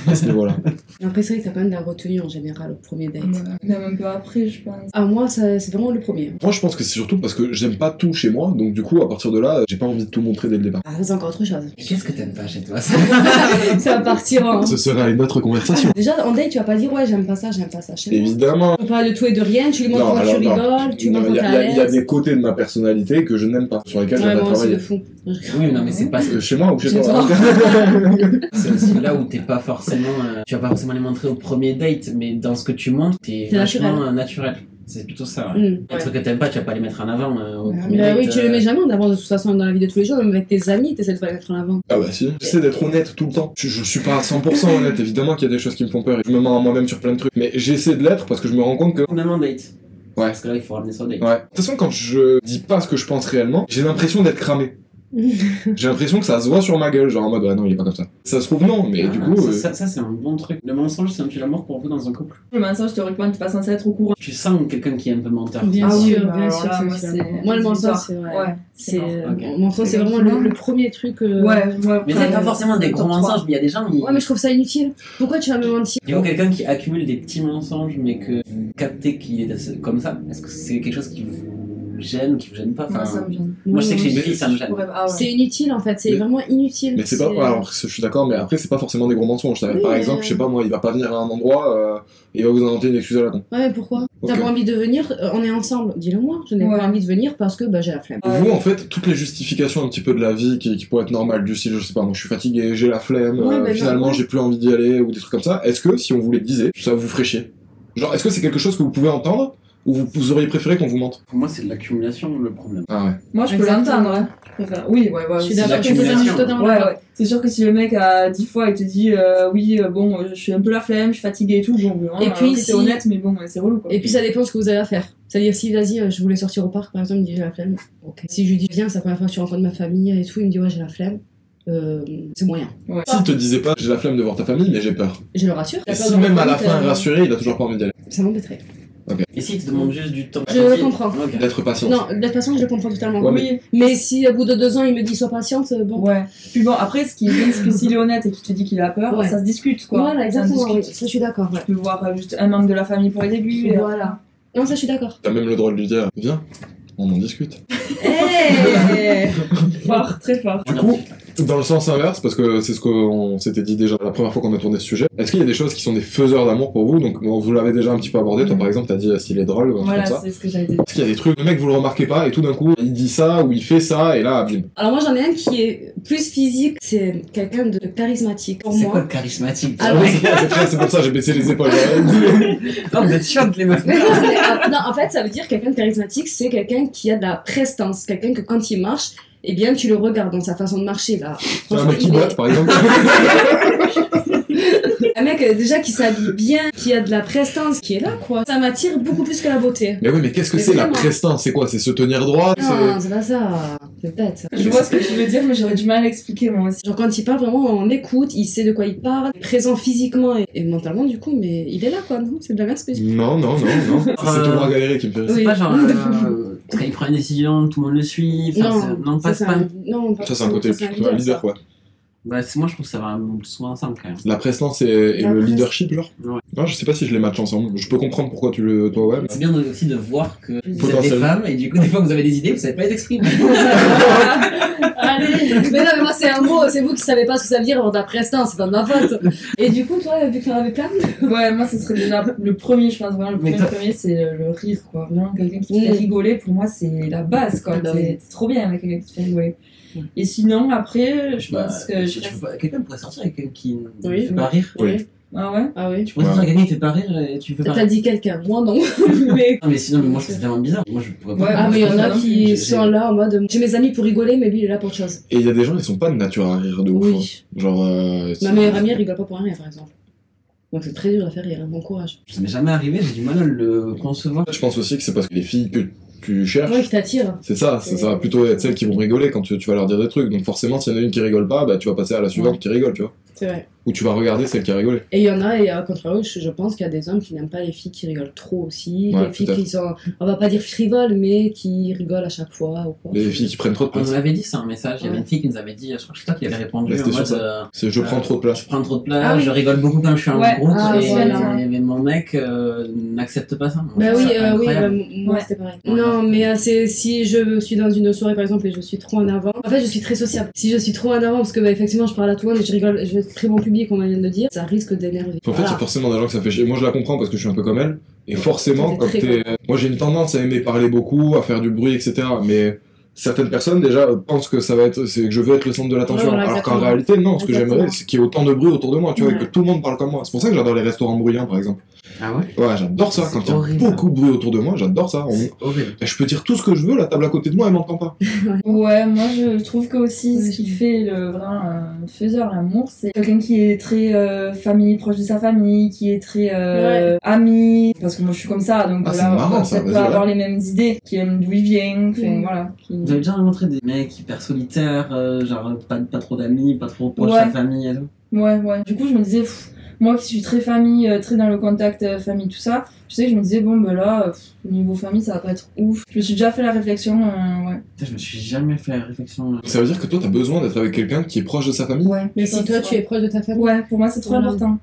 [SPEAKER 1] à ce niveau-là.
[SPEAKER 5] Après, c'est vrai que t'as quand même de la retenue en général au premier date.
[SPEAKER 4] Ouais, Même un peu après, je pense.
[SPEAKER 5] À moi, ça- c'est vraiment le premier.
[SPEAKER 1] Moi, je pense que c'est surtout parce que j'aime pas tout chez moi, donc du coup, à partir de là, j'ai pas envie de tout montrer dès le départ.
[SPEAKER 5] Ah, ça, c'est encore autre chose.
[SPEAKER 2] Mais Qu'est-ce que t'aimes pas chez toi ça
[SPEAKER 5] ça va partir en.
[SPEAKER 1] Ce sera une autre conversation.
[SPEAKER 5] Déjà, en date, tu vas pas dire ouais, j'aime pas ça, j'aime pas ça. Je sais pas.
[SPEAKER 1] Évidemment.
[SPEAKER 5] On parle de tout et de rien, tu lui montres
[SPEAKER 1] Non,
[SPEAKER 5] quand tu
[SPEAKER 1] alors, non.
[SPEAKER 5] rigoles, tu lui
[SPEAKER 1] Non,
[SPEAKER 5] montres
[SPEAKER 1] Il y,
[SPEAKER 5] quand
[SPEAKER 1] a- il y a- il y a
[SPEAKER 5] t'es à l'aise.
[SPEAKER 1] des côtés de ma personnalité que je n'aime pas, sur lesquels
[SPEAKER 5] Ouais,
[SPEAKER 1] j'aimerais
[SPEAKER 5] moi aussi, de
[SPEAKER 1] travailler.
[SPEAKER 5] fou. Je-
[SPEAKER 2] Oui, non, mais c'est pas
[SPEAKER 1] Euh, Chez moi ou chez
[SPEAKER 5] Chez
[SPEAKER 1] toi hein.
[SPEAKER 2] C'est aussi là où t'es pas forcément. euh, tu vas pas forcément les montrer au premier date, mais dans ce que tu montres, t'es
[SPEAKER 5] T'es naturel.
[SPEAKER 2] vachement, euh, naturel. C'est plutôt ça. Ouais.
[SPEAKER 5] Mm,
[SPEAKER 2] Les
[SPEAKER 5] ouais.
[SPEAKER 2] trucs que t'aimes pas, tu vas pas les mettre en avant euh, au premier
[SPEAKER 5] Bah
[SPEAKER 2] date.
[SPEAKER 5] oui, tu le
[SPEAKER 2] euh,
[SPEAKER 5] mets jamais en avant de toute façon dans la vie de tous les jours, même avec tes amis, t'essaies de pas le mettre en avant.
[SPEAKER 1] Ah bah si. J'essaie d'être honnête tout le temps. Je, je suis pas à 100% honnête, évidemment qu'il y a des choses qui me font peur et je me mens à moi-même sur plein de trucs. Mais j'essaie de l'être parce que je me rends compte que.
[SPEAKER 2] Même en date.
[SPEAKER 1] Ouais.
[SPEAKER 2] Parce que là, il faut ramener ça au date.
[SPEAKER 1] Ouais. De toute façon, quand je dis pas ce que je pense réellement, j'ai l'impression d'être cramé. j'ai l'impression que ça se voit sur ma gueule, genre en mode ah non, il est pas comme ça. Ça se trouve non, mais
[SPEAKER 2] Ah,
[SPEAKER 1] du coup.
[SPEAKER 2] ça,
[SPEAKER 1] euh,
[SPEAKER 2] ça, ça, c'est un bon truc. Le mensonge, c'est un petit amour pour vous dans un couple.
[SPEAKER 4] Le mensonge, théoriquement, t'es pas censé être au courant.
[SPEAKER 2] Tu sens quelqu'un qui est un peu menteur.
[SPEAKER 5] Bien
[SPEAKER 4] Ah oui,
[SPEAKER 5] sûr,
[SPEAKER 4] bah
[SPEAKER 5] bien
[SPEAKER 4] alors
[SPEAKER 5] sûr.
[SPEAKER 4] là,
[SPEAKER 5] c'est
[SPEAKER 4] moi,
[SPEAKER 5] sûr.
[SPEAKER 4] c'est-
[SPEAKER 5] moi, le
[SPEAKER 4] c'est
[SPEAKER 5] mensonge,
[SPEAKER 4] tort.
[SPEAKER 5] c'est vrai.
[SPEAKER 4] Ouais.
[SPEAKER 5] C'est euh,
[SPEAKER 2] Ok.
[SPEAKER 5] mon sens, c'est vraiment le, le premier truc. euh,
[SPEAKER 4] Ouais, ouais.
[SPEAKER 2] Mais
[SPEAKER 4] après,
[SPEAKER 2] c'est pas forcément des gros
[SPEAKER 4] top trois.
[SPEAKER 2] mensonges, mais il y a des gens. Ils...
[SPEAKER 5] Ouais, mais je trouve ça inutile. Pourquoi tu vas me mentir
[SPEAKER 2] Il y a quelqu'un qui accumule des petits mensonges, mais que vous captez qu'il est comme ça. Est-ce que c'est quelque chose qui vous gêne, qui vous gêne pas
[SPEAKER 4] Moi,
[SPEAKER 2] Enfin,
[SPEAKER 4] ça me gêne.
[SPEAKER 2] Moi, je sais que chez
[SPEAKER 5] Non,
[SPEAKER 2] une
[SPEAKER 1] Mais-
[SPEAKER 2] fille, ça me
[SPEAKER 4] Je
[SPEAKER 2] gêne.
[SPEAKER 4] pourrais- Ah ouais.
[SPEAKER 5] C'est inutile en fait, c'est
[SPEAKER 1] Mais-
[SPEAKER 5] vraiment inutile.
[SPEAKER 1] Mais c'est pas. Alors, je suis d'accord, mais après, c'est pas forcément des gros mensonges. Ça va être, Par
[SPEAKER 5] Oui,
[SPEAKER 1] exemple,
[SPEAKER 5] mais- euh,
[SPEAKER 1] je sais pas, moi, il va pas venir à un endroit, euh, et il va vous inventer une excuse à la con.
[SPEAKER 5] Ouais, mais pourquoi T'as
[SPEAKER 1] Ok.
[SPEAKER 5] pas envie de venir euh, On est ensemble, dis-le moi. Je n'ai
[SPEAKER 4] Ouais.
[SPEAKER 5] pas envie de venir parce que bah, j'ai la flemme.
[SPEAKER 4] Ouais.
[SPEAKER 1] Vous, en fait, toutes les justifications un petit peu de la vie qui, qui pourraient être normales, du style, je sais pas, moi je suis fatigué, j'ai la flemme,
[SPEAKER 5] Ouais,
[SPEAKER 1] euh,
[SPEAKER 5] bah,
[SPEAKER 1] finalement
[SPEAKER 5] non.
[SPEAKER 1] j'ai plus envie d'y aller, ou des trucs comme ça, est-ce que si on vous les disait, ça vous ferait chier Genre, est-ce que c'est quelque chose que vous pouvez entendre, ou vous, vous auriez préféré qu'on vous mente
[SPEAKER 2] Pour moi, c'est de l'accumulation le problème.
[SPEAKER 1] Ah ouais.
[SPEAKER 4] Moi, je peux
[SPEAKER 5] Exactement.
[SPEAKER 4] l'entendre. hein. Je préfère- Oui, ouais, ouais.
[SPEAKER 5] Je suis
[SPEAKER 4] c'est
[SPEAKER 5] d'accord,
[SPEAKER 4] sûr
[SPEAKER 5] je suis
[SPEAKER 4] que c'est-
[SPEAKER 2] l'accumulation.
[SPEAKER 5] totalement
[SPEAKER 4] Ouais,
[SPEAKER 5] d'accord.
[SPEAKER 4] ouais. C'est sûr que si le mec a 10 fois il te dit euh, oui euh, bon euh, je suis un peu la flemme, je suis fatigué et tout bon euh,
[SPEAKER 5] Et
[SPEAKER 4] alors
[SPEAKER 5] puis
[SPEAKER 4] que c'est
[SPEAKER 5] si-
[SPEAKER 4] honnête mais bon euh, c'est relou quoi.
[SPEAKER 5] Et puis ça dépend ce que vous avez à faire. C'est-à-dire si, vas-y, euh, je voulais sortir au parc par exemple, il me dit j'ai la flemme. Ok. Si je lui dis, viens, c'est la première fois que tu rencontres ma famille et tout, il me dit ouais, j'ai la flemme. Euh, c'est moyen.
[SPEAKER 4] Ouais.
[SPEAKER 1] S'il te disait pas, j'ai la flemme de voir ta famille, mais j'ai peur.
[SPEAKER 5] Je le rassure.
[SPEAKER 1] Et si même à la
[SPEAKER 5] euh.
[SPEAKER 1] fin, rassuré, il a toujours pas envie d'y aller.
[SPEAKER 5] Ça m'embêterait.
[SPEAKER 2] Et si tu te demande juste du temps
[SPEAKER 5] Je
[SPEAKER 2] Attends, si-
[SPEAKER 5] comprends.
[SPEAKER 2] Ok.
[SPEAKER 1] D'être patient.
[SPEAKER 5] Non, de toute façon, je le comprends totalement.
[SPEAKER 1] Ouais,
[SPEAKER 5] oui. Mais si au bout de deux ans, il me dit sois patiente, euh, bon.
[SPEAKER 4] Ouais. Puis bon après ce qui est bien c'est que s'il est honnête et qu'il te dit qu'il a peur
[SPEAKER 5] Ouais.
[SPEAKER 4] ça se discute quoi.
[SPEAKER 5] Voilà, exactement.
[SPEAKER 4] Ça se
[SPEAKER 5] oui.
[SPEAKER 4] discute.
[SPEAKER 5] Ça, je suis d'accord.
[SPEAKER 4] Tu peux voir euh, juste un membre de la famille pour les aiguilles. euh.
[SPEAKER 5] Voilà. Non, ça, je suis d'accord.
[SPEAKER 1] T'as même le droit de lui dire, viens, on en discute.
[SPEAKER 5] Hey
[SPEAKER 4] Eh Fort très fort.
[SPEAKER 1] Du coup, dans le sens inverse, parce que c'est ce qu'on s'était dit déjà la première fois qu'on a tourné ce sujet, est-ce qu'il y a des choses qui sont des faiseurs d'amour pour vous Donc, bon, vous l'avez déjà un petit peu abordé, toi
[SPEAKER 4] Mhm.
[SPEAKER 1] par exemple, t'as dit euh, s'il est drôle ou un truc
[SPEAKER 4] Voilà
[SPEAKER 1] comme ça.
[SPEAKER 4] c'est ce que j'avais dit.
[SPEAKER 1] Est-ce qu'il y a des trucs, le mec vous le remarquez pas et tout d'un coup il dit ça ou il fait ça et là bim.
[SPEAKER 5] Alors moi j'en ai un qui est plus physique, c'est quelqu'un de charismatique pour
[SPEAKER 2] C'est quoi
[SPEAKER 5] moi. Ah
[SPEAKER 2] le charismatique
[SPEAKER 5] Alors-
[SPEAKER 1] C'est vrai, c'est pour ça j'ai baissé les épaules. j'aurais dit.
[SPEAKER 2] Non, vous êtes chiantes les meufs.
[SPEAKER 5] Mais non, mais, ah, non, en fait ça veut dire quelqu'un de charismatique, c'est quelqu'un qui a de la prestance, quelqu'un que quand il marche, eh bien tu le regardes dans sa façon de marcher là.
[SPEAKER 1] Tu vois, un
[SPEAKER 5] Franchement,
[SPEAKER 1] mec qui
[SPEAKER 5] il
[SPEAKER 1] boite par exemple.
[SPEAKER 5] est- un mec euh, déjà qui s'habille bien, qui a de la prestance, qui est là quoi. Ça m'attire beaucoup plus que la beauté.
[SPEAKER 1] mais oui, mais qu'est-ce que
[SPEAKER 5] Mais
[SPEAKER 1] c'est la
[SPEAKER 5] vraiment.
[SPEAKER 1] prestance C'est quoi C'est se tenir droit
[SPEAKER 5] Non,
[SPEAKER 1] c'est-
[SPEAKER 5] c'est pas ça, c'est bête.
[SPEAKER 4] Je vois ce que tu veux dire mais j'aurais du mal à l'expliquer moi aussi.
[SPEAKER 5] Genre quand il parle vraiment on écoute, il sait de quoi il parle, présent physiquement et, et mentalement du coup, mais il est là quoi, non C'est de la merde ce que je dis.
[SPEAKER 1] Non, non, non, non. Ça, C'est ton bras galéré qui me fait rire.
[SPEAKER 2] C'est
[SPEAKER 5] Oui.
[SPEAKER 2] pas genre. euh, quand il prend une décision, tout le monde le suit. enfin, c'est- Non,
[SPEAKER 5] ça,
[SPEAKER 2] passe
[SPEAKER 5] c'est
[SPEAKER 2] pas.
[SPEAKER 5] un- non, pas
[SPEAKER 1] Ça c'est un côté
[SPEAKER 5] ça, c'est un
[SPEAKER 1] plutôt
[SPEAKER 5] leader,
[SPEAKER 1] leader
[SPEAKER 5] ça.
[SPEAKER 1] quoi.
[SPEAKER 2] Bah, c'est- moi, je trouve que ça va souvent ensemble quand même.
[SPEAKER 1] La présence et, et
[SPEAKER 2] La
[SPEAKER 1] le
[SPEAKER 2] presse-
[SPEAKER 1] leadership, genre
[SPEAKER 2] Ouais.
[SPEAKER 1] Non, je sais pas si je les match ensemble. Je peux comprendre pourquoi tu le. Toi, ouais. mais-
[SPEAKER 2] C'est bien de- aussi de voir que vous êtes des
[SPEAKER 1] Potentiellement.
[SPEAKER 2] femmes et du coup, des fois, vous avez des idées, vous savez pas les exprimer.
[SPEAKER 8] Allez Mais non, mais moi, c'est un mot, c'est vous qui savez pas ce que ça veut dire avant d'après ça, c'est pas de ma faute. Et du coup, toi, vu que t'en avais plein
[SPEAKER 4] Ouais, moi, ce serait déjà le premier, je pense, vraiment, le
[SPEAKER 8] Mais
[SPEAKER 4] premier,
[SPEAKER 8] t'as-
[SPEAKER 4] premier, c'est le, le rire, quoi. Vraiment, quelqu'un qui te fait
[SPEAKER 8] Mm.
[SPEAKER 4] rigoler, pour moi, c'est la base, quoi.
[SPEAKER 8] Ah bah
[SPEAKER 4] T'es
[SPEAKER 8] oui. Mm.
[SPEAKER 4] t'es trop bien avec quelqu'un qui te fait rigoler. Et sinon, après, je
[SPEAKER 2] Bah,
[SPEAKER 4] pense que...
[SPEAKER 2] je- je peux pas- Quelqu'un pourrait sortir avec quelqu'un qui ne
[SPEAKER 4] Oui.
[SPEAKER 2] fait pas rire.
[SPEAKER 4] Oui. Ah ouais
[SPEAKER 8] Ah oui.
[SPEAKER 2] Tu pourrais sortir avec quelqu'un qui fait pas rire et tu fais pas
[SPEAKER 8] T'as
[SPEAKER 2] rire.
[SPEAKER 8] dit quelqu'un, moi non. mais...
[SPEAKER 2] Non, mais sinon, mais moi, je trouve ça tellement bizarre. Moi, je pourrais pas.
[SPEAKER 8] ah, mais il y en a
[SPEAKER 2] J'ai-
[SPEAKER 8] qui
[SPEAKER 2] j'ai-
[SPEAKER 8] sont là en mode j'ai mes amis pour rigoler, mais lui il est là pour autre chose.
[SPEAKER 1] Et il y a des gens, ils sont pas de nature à rire de ouf. hein. Genre. euh,
[SPEAKER 8] Ma meilleure amie elle rigole pas pour rien, par exemple. Donc c'est très dur à faire rire, hein. bon courage.
[SPEAKER 2] Ça m'est jamais arrivé, j'ai du mal à le concevoir.
[SPEAKER 1] Je pense aussi que c'est parce que les filles que tu cherches.
[SPEAKER 8] Moi qui t'attire. hein.
[SPEAKER 1] C'est ça, ça, ça va plutôt être celles qui vont rigoler quand tu, tu vas leur dire des trucs. Donc forcément, s'il y en a une qui rigole pas, bah tu vas passer à la suivante qui rigole, tu vois.
[SPEAKER 8] C'est vrai.
[SPEAKER 1] Ou tu vas regarder celle qui rigolait.
[SPEAKER 8] Et il y en a, et à contrario, je je pense qu'il y a des hommes qui n'aiment pas les filles qui rigolent trop aussi,
[SPEAKER 1] Ouais,
[SPEAKER 8] les filles
[SPEAKER 1] peut-être.
[SPEAKER 8] qui sont, on va pas dire frivoles, mais qui rigolent à chaque fois. Ou quoi.
[SPEAKER 1] Les filles qui prennent trop de
[SPEAKER 2] On
[SPEAKER 1] place.
[SPEAKER 2] nous l'avait dit, c'est un message. Il y avait
[SPEAKER 8] Ouais.
[SPEAKER 2] une fille qui nous avait dit, je crois que c'est toi qui avais répondu.
[SPEAKER 1] Bah,
[SPEAKER 2] en
[SPEAKER 1] c'était sur
[SPEAKER 2] mode,
[SPEAKER 1] ça.
[SPEAKER 2] euh,
[SPEAKER 1] C'est je prends
[SPEAKER 2] euh,
[SPEAKER 1] trop de place.
[SPEAKER 2] Je prends trop de place,
[SPEAKER 8] Ah oui.
[SPEAKER 2] je rigole beaucoup quand je suis en
[SPEAKER 8] Ouais.
[SPEAKER 2] groupe,
[SPEAKER 8] Ah,
[SPEAKER 2] et,
[SPEAKER 8] ouais.
[SPEAKER 2] mais- mais mon mec euh, n'accepte pas ça. Moi,
[SPEAKER 8] Bah oui,
[SPEAKER 2] je trouve ça
[SPEAKER 8] euh, oui,
[SPEAKER 2] incroyable.
[SPEAKER 8] euh, moi
[SPEAKER 4] Ouais.
[SPEAKER 8] c'était pareil.
[SPEAKER 2] Ouais.
[SPEAKER 8] Non, mais euh, c'est si je suis dans une soirée par exemple et je suis trop en avant. En fait, je suis très sociable. Si je suis trop en avant, parce que bah, effectivement, je parle à tout le monde et je rigole, je vais être très bon public, on vient de le dire, ça risque d'énerver.
[SPEAKER 1] En fait, il y a
[SPEAKER 8] Voilà.
[SPEAKER 1] forcément des gens que ça fait chier. Moi, je la comprends parce que je suis un peu comme elle. Et forcément,
[SPEAKER 8] T'es
[SPEAKER 1] comme
[SPEAKER 8] très
[SPEAKER 1] t'es. Moi, j'ai une tendance à aimer parler beaucoup, à faire du bruit, etc. Mais certaines personnes, déjà, euh, pensent que ça va être. c'est que je veux être le centre de l'attention.
[SPEAKER 8] Ouais, voilà,
[SPEAKER 1] Alors qu'en
[SPEAKER 8] exactement.
[SPEAKER 1] réalité, non. Ce que
[SPEAKER 8] Exactement.
[SPEAKER 1] j'aimerais, c'est qu'il y ait autant de bruit autour de moi, tu vois, et
[SPEAKER 8] Ouais.
[SPEAKER 1] que tout le monde parle comme moi. C'est pour ça que j'adore les restaurants bruyants, par exemple.
[SPEAKER 4] bah
[SPEAKER 2] Ah ouais
[SPEAKER 1] Ouais, j'adore ça.
[SPEAKER 2] C'est
[SPEAKER 1] Quand il y a
[SPEAKER 2] horrible.
[SPEAKER 1] beaucoup de bruit autour de moi, j'adore ça. On-
[SPEAKER 2] Horrible.
[SPEAKER 1] Je peux dire tout ce que je veux, la table à côté de moi, elle m'entend pas. Ah,
[SPEAKER 4] Ouais, moi je trouve que aussi ce qui fait le vraiment un faiseur l'amour, c'est quelqu'un qui est très euh, famille, proche de sa famille, qui est très euh, ami, parce que moi je suis comme ça, donc
[SPEAKER 1] Ah, c'est
[SPEAKER 4] là on
[SPEAKER 1] marrant,
[SPEAKER 4] va
[SPEAKER 1] ça,
[SPEAKER 4] peut-être
[SPEAKER 1] vas-y,
[SPEAKER 4] pas
[SPEAKER 1] ouais.
[SPEAKER 4] avoir les mêmes idées, qui aime d'où il vient, enfin,
[SPEAKER 8] Mm.
[SPEAKER 4] voilà. Qui...
[SPEAKER 2] Vous avez déjà rencontré des mecs hyper solitaires, euh, genre euh, pas, pas trop d'amis, pas trop proches de
[SPEAKER 4] Ouais.
[SPEAKER 2] sa famille et tout
[SPEAKER 4] Ouais, ouais. Du coup je me disais, pff, moi qui suis très famille, euh, très dans le contact euh, famille, tout ça, je sais que je me disais, bon ben là, euh, pff, niveau famille ça va pas être ouf. Je me suis déjà fait la réflexion, euh, ouais.
[SPEAKER 2] Putain, je me suis jamais fait la réflexion. euh, là.
[SPEAKER 1] Ça veut dire que toi, t'as besoin d'être avec quelqu'un qui est proche de sa famille.
[SPEAKER 4] Ouais.
[SPEAKER 8] Mais si toi tu es proche de ta famille.
[SPEAKER 4] Ouais, pour moi c'est trop
[SPEAKER 8] Voilà.
[SPEAKER 4] important.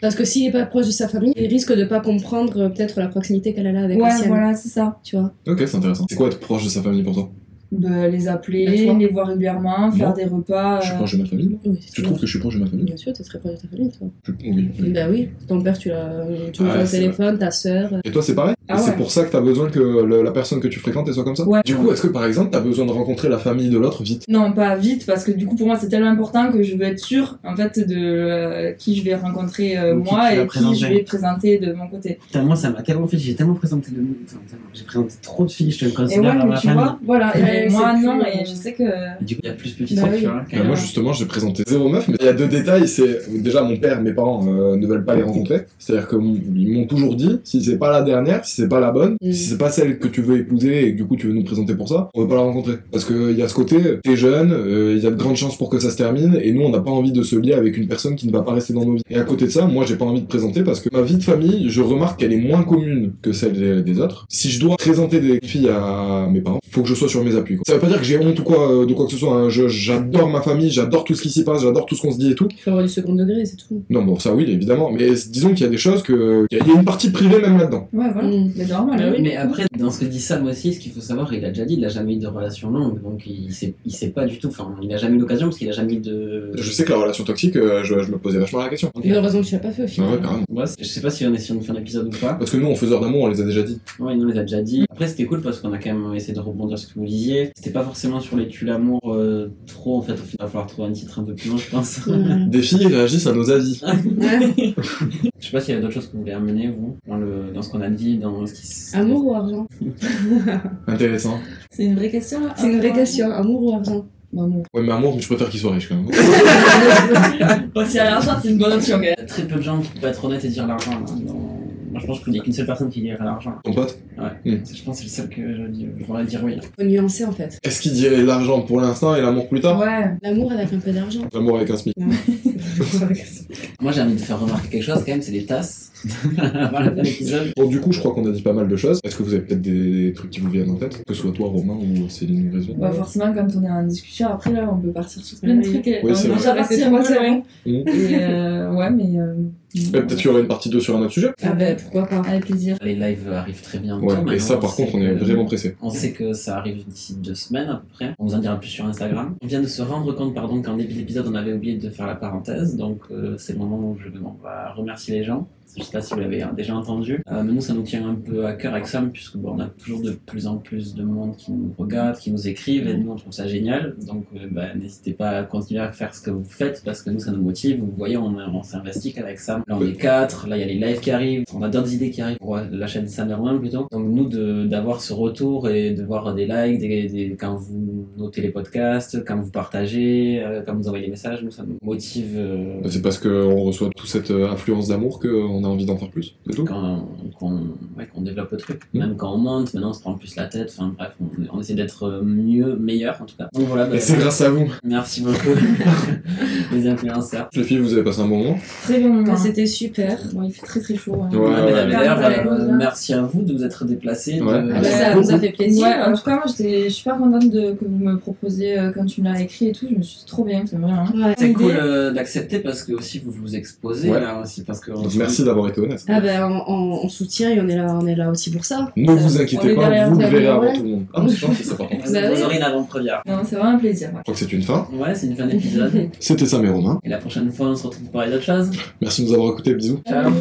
[SPEAKER 8] Parce que s'il est pas proche de sa famille, il risque de pas comprendre euh, peut-être la proximité qu'elle a avec la
[SPEAKER 4] Ouais,
[SPEAKER 8] sienne.
[SPEAKER 4] voilà, c'est ça.
[SPEAKER 8] Tu vois.
[SPEAKER 1] Ok, c'est intéressant. C'est quoi être proche de sa famille pour toi
[SPEAKER 4] Bah, les
[SPEAKER 8] Bah, tu
[SPEAKER 4] appeler,
[SPEAKER 8] vois.
[SPEAKER 4] les voir régulièrement, faire
[SPEAKER 1] Moi,
[SPEAKER 4] des repas.
[SPEAKER 1] Je suis
[SPEAKER 4] euh,
[SPEAKER 1] proche de ma famille.
[SPEAKER 8] Oui, c'est
[SPEAKER 1] Tu
[SPEAKER 8] très
[SPEAKER 1] trouves que je suis proche de ma
[SPEAKER 8] bien.
[SPEAKER 1] famille
[SPEAKER 8] Bien sûr, t'es très proche de ta famille, toi.
[SPEAKER 1] Je- Oui. oui.
[SPEAKER 8] Bah oui, ton père, tu l'as, euh, tu
[SPEAKER 1] Ah
[SPEAKER 8] l'as
[SPEAKER 1] ouais,
[SPEAKER 8] au
[SPEAKER 1] c'est
[SPEAKER 8] téléphone, ta sœur.
[SPEAKER 1] Et toi, c'est pareil Et
[SPEAKER 4] Ah
[SPEAKER 1] c'est
[SPEAKER 4] ouais.
[SPEAKER 1] pour ça que t'as besoin que le- la personne que tu fréquentes elle soit comme ça
[SPEAKER 4] Ouais.
[SPEAKER 1] Du coup, est-ce que par exemple, t'as besoin de rencontrer la famille de l'autre vite
[SPEAKER 4] Non, pas vite, parce que du coup, pour moi, c'est tellement important que je veux être sûre, en fait, de euh, qui je vais rencontrer euh,
[SPEAKER 2] Ou qui
[SPEAKER 4] moi
[SPEAKER 2] tu vas
[SPEAKER 4] et qui je
[SPEAKER 2] présenter.
[SPEAKER 4] vais présenter de mon côté.
[SPEAKER 2] Putain, moi ça m'a tellement fait, j'ai tellement présenté de. enfin, tellement- J'ai présenté trop de filles, je te
[SPEAKER 4] Et
[SPEAKER 2] considère
[SPEAKER 4] ouais,
[SPEAKER 2] dans
[SPEAKER 4] mais
[SPEAKER 2] ma
[SPEAKER 4] tu
[SPEAKER 2] famille.
[SPEAKER 4] vois, voilà. Et
[SPEAKER 8] Ouais,
[SPEAKER 4] moi,
[SPEAKER 8] c'est
[SPEAKER 4] non,
[SPEAKER 8] plus,
[SPEAKER 4] et
[SPEAKER 8] euh,
[SPEAKER 4] je sais que.
[SPEAKER 2] Et Du coup, il y a plus petit
[SPEAKER 8] Bah
[SPEAKER 2] truc,
[SPEAKER 8] oui.
[SPEAKER 2] tu vois. quand
[SPEAKER 1] Bah,
[SPEAKER 2] même.
[SPEAKER 1] Moi, justement, j'ai présenté zéro meuf, mais il y a deux détails. C'est déjà mon père, mes parents euh, ne veulent pas les rencontrer. C'est-à-dire que m- ils m'ont toujours dit si c'est pas la dernière, si c'est pas la bonne,
[SPEAKER 8] Mm.
[SPEAKER 1] si c'est pas celle que tu veux épouser et que du coup tu veux nous présenter pour ça, on veut pas la rencontrer. Parce que il y a ce côté, t'es jeune, euh, il y a de grandes chances pour que ça se termine, et nous on n'a pas envie de se lier avec une personne qui ne va pas rester dans nos vies. Et à côté de ça, moi j'ai pas envie de présenter parce que ma vie de famille, je remarque qu'elle est moins commune que celle des, des autres. Si je dois présenter des filles à mes parents, faut que je sois sur mes appuis. quoi. Ça veut pas dire que j'ai honte ou quoi euh, de quoi que ce soit. hein. Je- J'adore ma famille, j'adore tout ce qui s'y passe, j'adore tout ce qu'on se dit et tout.
[SPEAKER 8] Il faut avoir du second degré, c'est tout.
[SPEAKER 1] Non, bon, ça oui, évidemment. Mais disons qu'il y a des choses que. Il y a- il y a une partie privée même là-dedans.
[SPEAKER 4] Ouais, voilà.
[SPEAKER 8] Mm.
[SPEAKER 4] C'est normal. hein.
[SPEAKER 8] Bah oui.
[SPEAKER 2] Euh, Mais
[SPEAKER 1] euh,
[SPEAKER 2] après, dans ce que dit Sam aussi, ce qu'il faut savoir, il a déjà dit, il a jamais eu de relation longue, donc il sait, il sait pas du tout, enfin, il a jamais eu l'occasion parce qu'il a jamais eu de.
[SPEAKER 1] Je sais que la relation toxique, euh, je, je me posais vachement la question.
[SPEAKER 8] Mais heureusement que tu l'as pas fait au
[SPEAKER 1] Ah ouais,
[SPEAKER 8] final.
[SPEAKER 1] carrément.
[SPEAKER 2] Moi, c'est- je sais pas si on essayant de faire l'épisode ou pas.
[SPEAKER 1] Parce que nous, en faiseur d'amour, on les a déjà dit.
[SPEAKER 2] Ouais, il nous les a déjà dit. Après, c'était cool parce qu'on a quand même essayé de rebondir sur ce que vous disiez. C'était pas forcément sur les tu l'amour euh, trop, en fait, au final, il va falloir trouver un titre un peu plus long, je pense.
[SPEAKER 8] Ouais.
[SPEAKER 1] Des filles réagissent à nos avis.
[SPEAKER 2] je sais pas s'il y a d'autres choses que vous voulez amener, vous, dans, le, dans ce qu'on a dit, dans ce qui s-
[SPEAKER 8] Amour ou argent
[SPEAKER 1] Intéressant.
[SPEAKER 4] C'est une vraie question, là.
[SPEAKER 8] C'est une vraie question, amour ou argent
[SPEAKER 4] Bah, bon.
[SPEAKER 1] Ouais, mais amour, mais je préfère qu'il soit riche quand même.
[SPEAKER 4] Bon, si à l'argent, c'est une bonne option, gars.
[SPEAKER 2] Il y a très peu de gens qui peuvent être honnêtes et dire l'argent. là. Dans- Moi, je pense qu'il y a qu'une seule personne qui dirait l'argent.
[SPEAKER 1] Ton pote, Mm.
[SPEAKER 2] Ouais. Je pense que c'est le seul que je, dis- je voudrais dire oui.
[SPEAKER 8] Faut nuancer en fait.
[SPEAKER 1] est-ce qu'il dirait l'argent pour l'instant et l'amour plus tard
[SPEAKER 4] Ouais.
[SPEAKER 8] L'amour avec un peu d'argent.
[SPEAKER 1] L'amour avec un SMIC.
[SPEAKER 2] Moi j'ai envie de faire remarquer quelque chose quand même, c'est les tasses. Avant la fin de l'épisode.
[SPEAKER 1] Bon, du coup, je crois qu'on a dit pas mal de choses. Est-ce que vous avez peut-être des trucs qui vous viennent en tête Que ce soit toi, Romain ou Céline ou Grézou
[SPEAKER 4] Bah forcément, quand on est en discussion, après là, on peut partir sur plein de
[SPEAKER 1] Oui.
[SPEAKER 4] trucs. et
[SPEAKER 1] Oui, c'est
[SPEAKER 4] on
[SPEAKER 1] vrai.
[SPEAKER 4] déjà parti
[SPEAKER 5] C'est
[SPEAKER 4] un peu
[SPEAKER 5] trop
[SPEAKER 4] loin.
[SPEAKER 1] Mmh.
[SPEAKER 4] Et euh, ouais, mais. euh,
[SPEAKER 1] Ouais, Peut-être qu'il y aura une partie 2 sur un autre sujet.
[SPEAKER 4] Ah ben pourquoi pas Avec plaisir.
[SPEAKER 2] Les lives arrivent très bien.
[SPEAKER 1] Ouais, et ça, par contre, on est vraiment pressé.
[SPEAKER 2] On sait que ça arrive d'ici deux semaines à peu près. On vous en dira plus sur Instagram. On vient de se rendre compte, pardon, qu'en début d'épisode, on avait oublié de faire la parenthèse. Donc, euh, c'est le moment où je on va remercier les gens. Je sais pas si vous l'avez euh, déjà entendu. Euh, mais nous, ça nous tient un peu à cœur avec Sam, puisque bon, on a toujours de plus en plus de monde qui nous regarde, qui nous écrivent, et nous, on trouve ça génial. Donc, euh, bah, n'hésitez pas à continuer à faire ce que vous faites, parce que nous, ça nous motive. Vous voyez, on, on s'investit avec Sam. Là, on est quatre. Là, il y a les lives qui arrivent. On a d'autres idées qui arrivent pour euh, la chaîne Sam et Romain, plutôt. Donc, nous, de- d'avoir ce retour et de voir des likes, des, des- quand vous notez les podcasts, quand vous partagez, euh, quand vous envoyez des messages, nous, ça nous motive. euh,
[SPEAKER 1] Bah, C'est parce qu'on reçoit toute cette euh, affluence d'amour qu'on a envie d'en faire plus. C'est tout.
[SPEAKER 2] quand qu'on ouais, qu'on développe le truc. Même quand on monte, maintenant on se prend plus la tête. Enfin bref, on, on essaie d'être mieux, meilleur en tout cas. Donc voilà.
[SPEAKER 1] Et c'est grâce à vous.
[SPEAKER 2] Merci beaucoup, les influenceurs.
[SPEAKER 1] Les filles, vous avez passé un bon moment
[SPEAKER 4] Très bon moment.
[SPEAKER 5] Ah, C'était super. Bon, il fait très très chaud. hein.
[SPEAKER 1] Ouais,
[SPEAKER 2] Ouais,
[SPEAKER 1] ouais.
[SPEAKER 2] mesdames et
[SPEAKER 5] Carrément,
[SPEAKER 2] messieurs,
[SPEAKER 5] ouais.
[SPEAKER 2] euh, merci à vous de vous être Euh, déplacés. de-
[SPEAKER 1] Ouais.
[SPEAKER 5] Ah bah, ça nous a fait plaisir.
[SPEAKER 4] Ouais, en tout cas, moi j'étais je suis super contente de, que vous me proposiez euh, quand tu me l'as écrit et tout. Je me suis dit trop bien, c'est hein. vraiment.
[SPEAKER 5] Ouais.
[SPEAKER 2] C'est cool euh, d'accepter parce que aussi vous vous exposez
[SPEAKER 1] Ouais.
[SPEAKER 2] là aussi parce que
[SPEAKER 1] Donc, Merci d'avoir été honnête.
[SPEAKER 5] Ah ben, on, on- on soutient et on est là, on est là aussi pour ça.
[SPEAKER 1] Ne vous
[SPEAKER 5] on
[SPEAKER 1] inquiétez
[SPEAKER 5] est
[SPEAKER 1] pas,
[SPEAKER 5] derrière
[SPEAKER 1] vous le
[SPEAKER 5] toi,
[SPEAKER 1] verrez
[SPEAKER 5] mais
[SPEAKER 1] avant
[SPEAKER 5] ouais.
[SPEAKER 1] tout le monde. Ah, c'est gentil, ça, par contre.
[SPEAKER 2] Vous
[SPEAKER 5] Bah oui.
[SPEAKER 2] aurez une avant-première.
[SPEAKER 4] Non, c'est vraiment un plaisir. ouais.
[SPEAKER 1] Je crois que c'est une fin.
[SPEAKER 2] Ouais, c'est une fin d'épisode.
[SPEAKER 1] C'était Sam et Romain.
[SPEAKER 2] et la prochaine fois, on se retrouve pour parler d'autres choses.
[SPEAKER 1] Merci de nous avoir écoutés. Bisous.
[SPEAKER 2] Ciao.